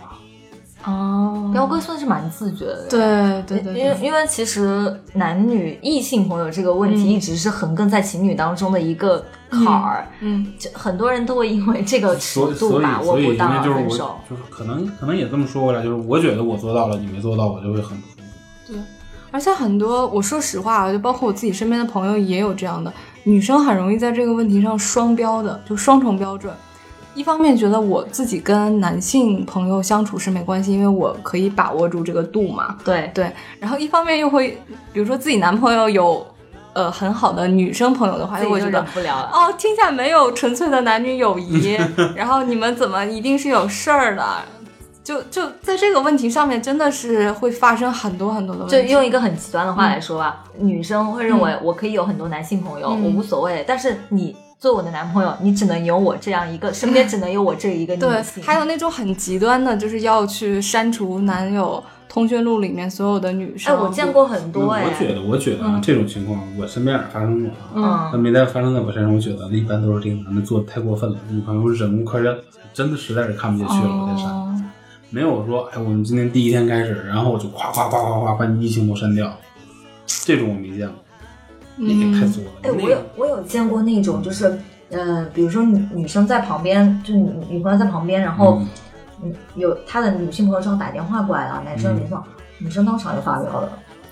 S3: 哦，
S2: 彪哥算是蛮自觉的。
S3: 对对对
S2: 因为
S3: 对，
S2: 因为其实男女异性朋友这个问题
S3: 嗯
S2: 一直是横亘在情侣当中的一个坎儿，
S3: 嗯
S2: 就很多人都会因为这个尺
S4: 所以
S2: 度
S4: 所以
S2: 把握
S4: 所以，
S2: 不
S4: 因
S2: 到
S4: 为
S2: 而
S4: 就是
S2: 分
S4: 我
S2: 手。
S4: 就是可能可能也这么说过来，就是我觉得我做到了，你没做到，我就会很不舒服。
S3: 而且很多，我说实话啊，就包括我自己身边的朋友也有这样的，女生很容易在这个问题上双标的，就双重标准。一方面觉得我自己跟男性朋友相处是没关系，因为我可以把握住这个度嘛，
S2: 对，
S3: 对，然后一方面又会，比如说自己男朋友有呃很好的女生朋友的话，
S2: 自
S3: 又会
S2: 己
S3: 觉
S2: 就
S3: 得
S2: 忍不了了。
S3: 哦，天下没有纯粹的男女友 谊，然后你们怎么一定是有事儿的？就就在这个问题上面，真的是会发生很多很多的问
S2: 就
S3: 题。
S2: 用一个很极端的话来说吧，女生会认为我可以有很多男性朋友，
S3: 嗯
S2: 我无所谓，但是你做我的男朋友，你只能有我这样一个，身边只能有我这一个女
S3: 对
S2: 性。，
S3: 还有那种很极端的，就是要去删除男友通讯录里面所有的女
S2: 哎，
S3: 生。
S2: 我见过很多
S4: 嗯我
S2: 哎，
S4: 我觉得，我觉得啊，这种情况我身边也发生过啊。
S2: 嗯
S4: 那没在发生在我身上，我觉得一般都是这个男的做的太过分了，女朋友忍无可忍，真的实在是看不下去了，我才删。
S3: 哦，
S4: 没有说，哎，我们今天第一天开始，然后我就夸夸夸夸夸把你异性都删掉，这种我没见过，也太作了。
S2: 哎，
S4: 那
S2: 我有
S4: 个
S2: 我有见过那种，就是呃，比如说女女生在旁边，就女女朋友在旁边，然后
S4: 嗯
S2: 嗯有她的女性朋友正好打电话过来了，男生
S4: 嗯
S2: 女生、女生当场就发飙了，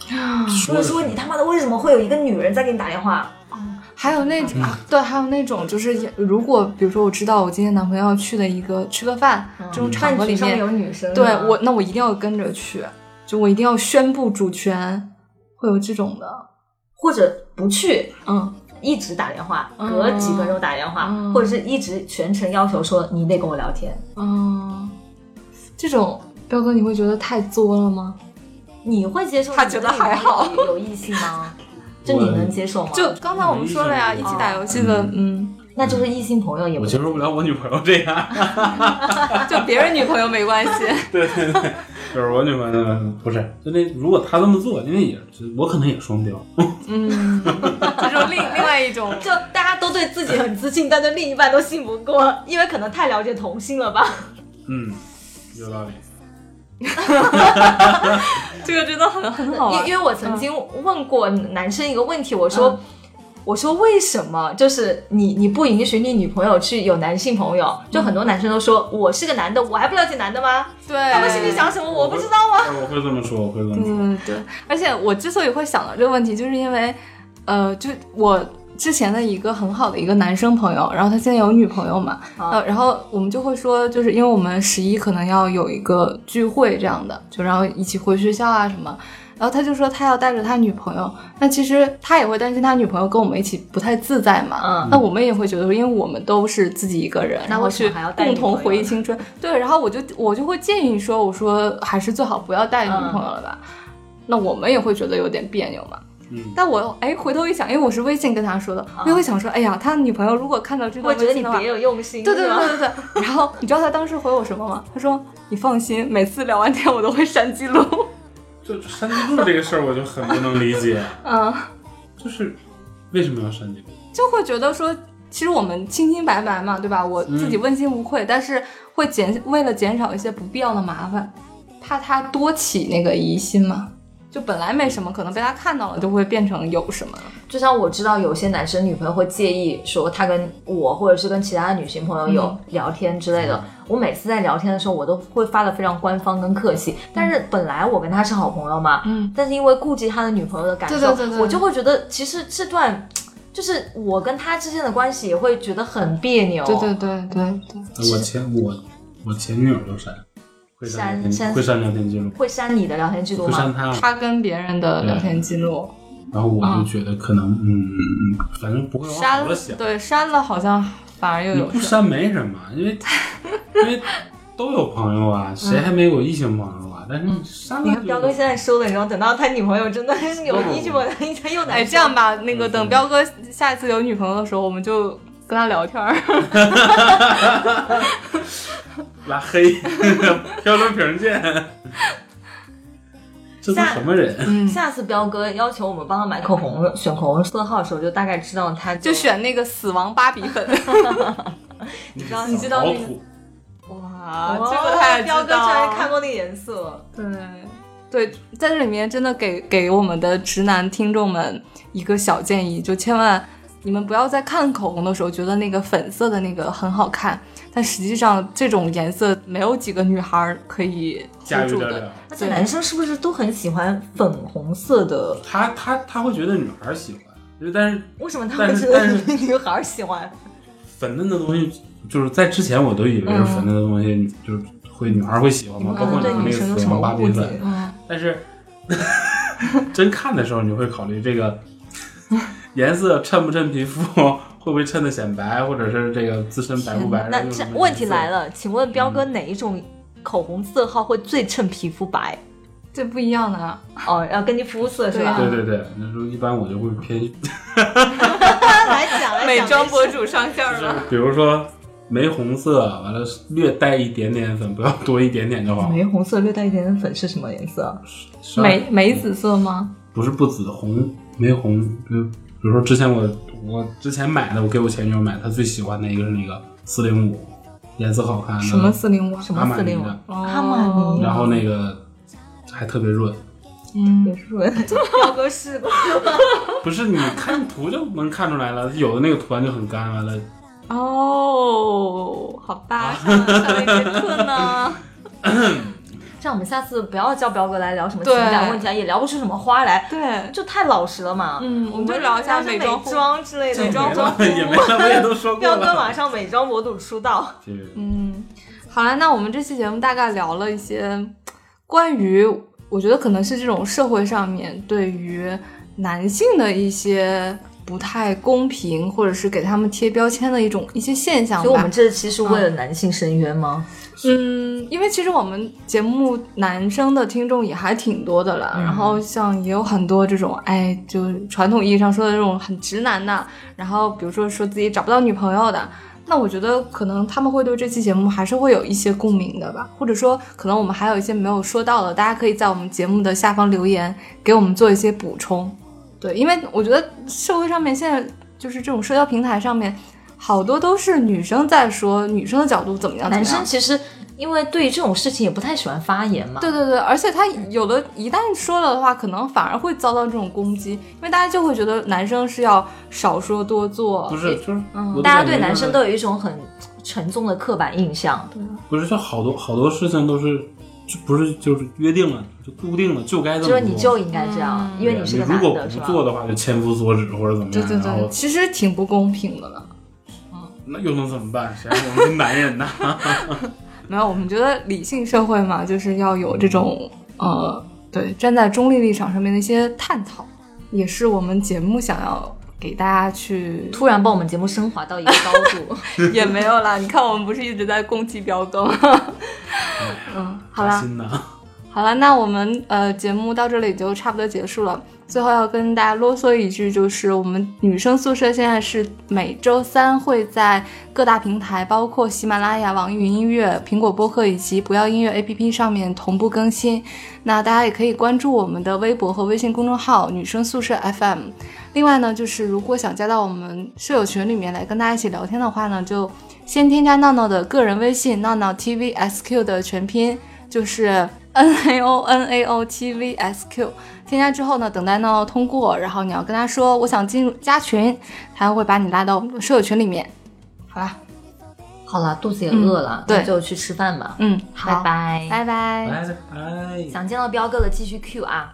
S4: 说
S3: 哦
S2: 就是说你他妈的为什么会有一个女人在给你打电话？嗯
S3: 还有那种、啊对，还有那种就是也，如果比如说我知道我今天男朋友要去的一个吃个嗯饭、这种场
S2: 饭
S3: 合
S2: 局
S3: 里
S2: 中
S3: 面，
S2: 有女生，啊
S3: 对我，那我一定要跟着去，就我一定要宣布主权，会有这种的。
S2: 或者不去，
S3: 嗯，
S2: 一直打电话，
S3: 嗯
S2: 隔几分钟打电话，
S3: 嗯
S2: 或者是一直全程要求说你得跟我聊天。
S3: 嗯，这种彪哥你会觉得太作了吗？
S2: 你会接受？
S3: 他觉得还好，
S2: 有异性吗？就你能接受吗？
S3: 就刚才我们说了呀，
S4: 嗯
S3: 一起打游戏的，嗯，
S2: 那就是异性朋友也不
S4: 我接受不了我女朋友这样，
S3: 嗯就别人女朋友没关系。
S4: 对对对，就是我女朋友嗯不是，就那如果她这么做，因为也我可能也双标，
S3: 嗯， 这种另另外一种，
S2: 就大家都对自己很自信，但对另一半都信不过，因为可能太了解同性了吧。
S4: 嗯，有道理，
S3: 这个真的很很好啊玩
S2: 因因为我曾经问过男生一个问题，我说。我说为什么？就是你，你不允许你女朋友去有男性朋友？就很多男生都说，我是个男的，我还不了解男的吗？
S3: 对，
S2: 他们心里想什么，我不知道吗？
S4: 哎我会这么说，我会这么说，
S3: 嗯，对，而且我之所以会想到这个问题，就是因为，呃，就我之前的一个很好的一个男生朋友，然后他现在有女朋友嘛，
S2: 啊
S3: 呃，然后我们就会说，就是因为我们十一可能要有一个聚会这样的，就然后一起回学校啊什么。然后他就说他要带着他女朋友，那其实他也会担心他女朋友跟我们一起不太自在嘛。
S2: 嗯
S3: 那我们也会觉得，因为我们都是自己一个人，
S2: 那
S3: 然后
S2: 为什么
S3: 去
S2: 还要带
S3: 共
S2: 女朋
S3: 同
S2: 友
S3: 回忆
S2: 呢
S3: 青春。对，然后我就我就会建议说，我说还是最好不要带女
S2: 嗯
S3: 朋友了吧。那我们也会觉得有点别扭嘛。
S4: 嗯，
S3: 但我哎，回头一想，因为我是微信跟他说的，我也会想说，哎呀，他女朋友如果看到这个
S2: 我嗯觉得
S3: 微
S2: 你
S3: 信的话
S2: 别，有啊用心，
S3: 对对
S2: 是吧
S3: 对对对。然后你知道他当时回我什么吗？他说：“你放心，每次聊完天我都会删记录。
S4: 就山地路这个事儿，我就很不能理解，”
S3: 嗯，
S4: 就是为什么要山地路？
S3: 就会觉得说，其实我们清清白白嘛，对吧？我
S4: 嗯
S3: 自己问心无愧，但是会减为了减少一些不必要的麻烦，怕他多起那个疑心嘛。就本来没什么，可能被他看到了，就会变成有什么了。
S2: 就像我知道有些男生女朋友会介意说他跟我或者是跟其他的女性朋友有聊天之类的，我每次在聊天的时候我都会发的非常官方跟客气，但是本来我跟他是好朋友嘛，
S3: 嗯，
S2: 但是因为顾及他的女朋友的感受，
S3: 对对对对
S2: 我就会觉得其实这段。就是我跟他之间的关系也会觉得很别扭，
S3: 对对对对对。
S4: 呃我前我我前女友就删，会删聊天
S2: 删删
S4: 会删聊天记录，
S2: 会删你的聊天记录
S4: 会删
S2: 吗？
S4: 她，
S3: 他跟别人的聊天记录
S4: 然后我就觉得可能嗯，反正不会往
S3: 删
S4: 好了
S3: 了
S4: 想，，
S3: 对，删了好像反而又
S4: 你
S3: 有
S4: 不
S3: 事。
S4: 删没什么，因为因为都有朋友啊，谁还没有异性朋友啊？但是你删
S2: 嗯你
S4: 了
S2: 看彪哥现
S4: 就
S2: 在说的，然后等到他女朋友真的是有
S4: 不不不
S2: 依据我，他又来
S3: 哎，这样吧，
S4: 嗯
S3: 那个等彪哥下一次有女朋友的时候，我们就跟他聊天儿。
S4: 拉黑， 漂流瓶见。 这都什么人？
S3: 嗯，
S2: 下次彪哥要求我们帮他买口红、选口红色号的时候，就大概知道他
S3: 就选那个死亡芭比粉。
S4: 你
S2: 知道你知道那个
S4: 土，
S3: 哇
S2: 哦
S3: 这个他也知
S2: 彪
S3: 道。
S2: 哥居然看过那个颜色，
S3: 对，对，在这里面真的给给我们的直男听众们一个小建议，就千万你们不要在看口红的时候觉得那个粉色的那个很好看，但实际上这种颜色没有几个女孩儿可以 hold
S4: 驾驭
S3: 住
S4: 得
S3: 的。
S4: 了。
S2: 而且男生是不是都很喜欢粉红色的？
S4: 他他他会觉得女孩喜欢，就是但是
S2: 为什么他
S4: 但
S2: 会
S4: 是
S2: 觉得
S4: 但
S2: 女孩喜欢？
S4: 粉嫩的东西，就是在之前我都以为是粉嫩的东西，就是会女孩会喜欢嘛，包括你
S2: 嗯对
S4: 说那
S2: 女
S4: 个
S2: 生有
S4: 死
S2: 什么
S4: 亡芭
S2: 误
S4: 比
S2: 解
S4: 粉，？
S3: 嗯
S4: 但是 真看的时候，你会考虑这 个颜色衬不衬皮肤， 会不会衬的显白，或者是这个自身白不白？
S2: 那
S4: 用
S2: 这
S4: 什么
S2: 问题
S4: 颜色
S2: 来，了，请问彪哥哪一种口红色号会最衬皮肤白？
S3: 这不一样的啊，
S2: 哦，要根据肤色是吧
S3: 对？
S4: 对对对，那时候一般我就会偏， 就
S2: 来讲来讲，
S3: 美妆博主上线
S4: 是
S3: 了。
S4: 比如说玫红色，完了略带一点点粉，不要多一点点就好。
S2: 玫红色略带一点点粉是什么颜色？
S4: 十二
S3: 梅梅紫色吗？
S4: 不是不紫红，玫红，比如比如说之前我我之前买的，我给我前女友买，她最喜欢的一个是那个四零五，颜色好看的，
S3: 什么四零五？
S2: 什
S4: 阿
S2: 么
S4: 玛
S2: 四
S4: 尼
S2: 零五？
S4: 的，
S2: 阿
S3: 哦
S2: 玛尼
S4: 然后那个还特别润，
S2: 别
S3: 嗯，
S2: 说，彪哥试过。
S4: 不是你看图就能看出来了，有的那个图案就很干，完了
S3: 哦，好吧，上上了一节课呢。
S2: 这样我们下次不要叫彪哥来聊什么情
S3: 对
S2: 感问题啊，也聊不出什么花来，
S3: 对，
S2: 就太老实了嘛。
S3: 嗯，我
S2: 我
S3: 们就聊一下美妆护肤。
S2: 妆之类的，
S3: 美妆
S4: 没
S3: 妆
S4: 了也没了，我也都说过
S2: 彪哥
S4: 了。
S2: 马上美妆博主出 道，
S4: 其实
S3: 嗯，好了，那我们这期节目大概聊了一些关于，我觉得可能是这种社会上面对于男性的一些不太公平，或者是给他们贴标签的一种一些现象吧。
S2: 所以我们这期是为了男性申冤吗？
S3: 嗯，因为其实我们节目男生的听众也还挺多的了，
S2: 嗯
S3: 然后像也有很多这种，哎，就是传统意义上说的这种很直男的，然后比如说说自己找不到女朋友的，那我觉得可能他们会对这期节目还是会有一些共鸣的吧，或者说可能我们还有一些没有说到的，大家可以在我们节目的下方留言给我们做一些补充。对，因为我觉得社会上面现在就是这种社交平台上面。好多都是女生在说女生的角度怎么样，
S2: 男
S3: 怎么样
S2: 生其实因为对于这种事情也不太喜欢发言嘛。
S3: 对对对，而且他有的一旦说了的话，可能反而会遭到这种攻击，因为大家就会觉得男生是要少说多做。
S4: 不是，就是
S3: 嗯
S4: 我
S2: 大家
S4: 感觉
S2: 对男
S4: 就是
S2: 生都有一种很沉重的刻板印象。
S4: 不是，就好多好多事情都是，就不是就是约定了，就固定了，就该这
S2: 就
S4: 么做。啊
S2: 是你就应该这样，
S3: 嗯
S2: 因为你是个
S4: 如
S2: 男
S4: 果
S2: 的，
S4: 不
S2: 是吧？
S4: 做的话，就千夫所指或者怎么样，
S3: 对对
S4: 然
S3: 对，
S4: 后
S3: 其实挺不公平的了。
S4: 那又能怎么办？谁让我们是男 人呐？
S3: 没有，我们觉得理性社会嘛，就是要有这种呃，对，站在中立立场上面的一些探讨，也是我们节目想要给大家 去
S2: 突然把我们节目升华到一个高度，
S3: 也没有啦。你看，我们不是一直在攻击彪哥吗？ 嗯，好啦
S4: 扎，心呐！
S3: 好了，那我们呃节目到这里就差不多结束了。最后要跟大家啰嗦一句，就是我们女生宿舍现在是每周三会在各大平台，包括喜马拉雅、网易云音乐、苹果播客以及不要音乐 APP 上面同步更新。那大家也可以关注我们的微博和微信公众号“女生宿舍 FM”。另外呢，就是如果想加到我们舍友群里面来跟大家一起聊天的话呢，就先添加闹闹的个人微信“闹闹 TVSQ” 的全拼，就是 N A O N A O T V S Q。添加之后呢，等待闹闹通过，然后你要跟他说我想进入加群，他会把你拉到我们的舍友群里面。好啦，
S2: 好了，肚子也饿了，
S3: 对
S2: 那就去吃饭吧。
S3: 嗯，
S2: 拜
S3: 好，
S2: 拜。
S3: 拜拜
S4: 拜拜。
S2: 想见到彪哥的继续 Q 啊。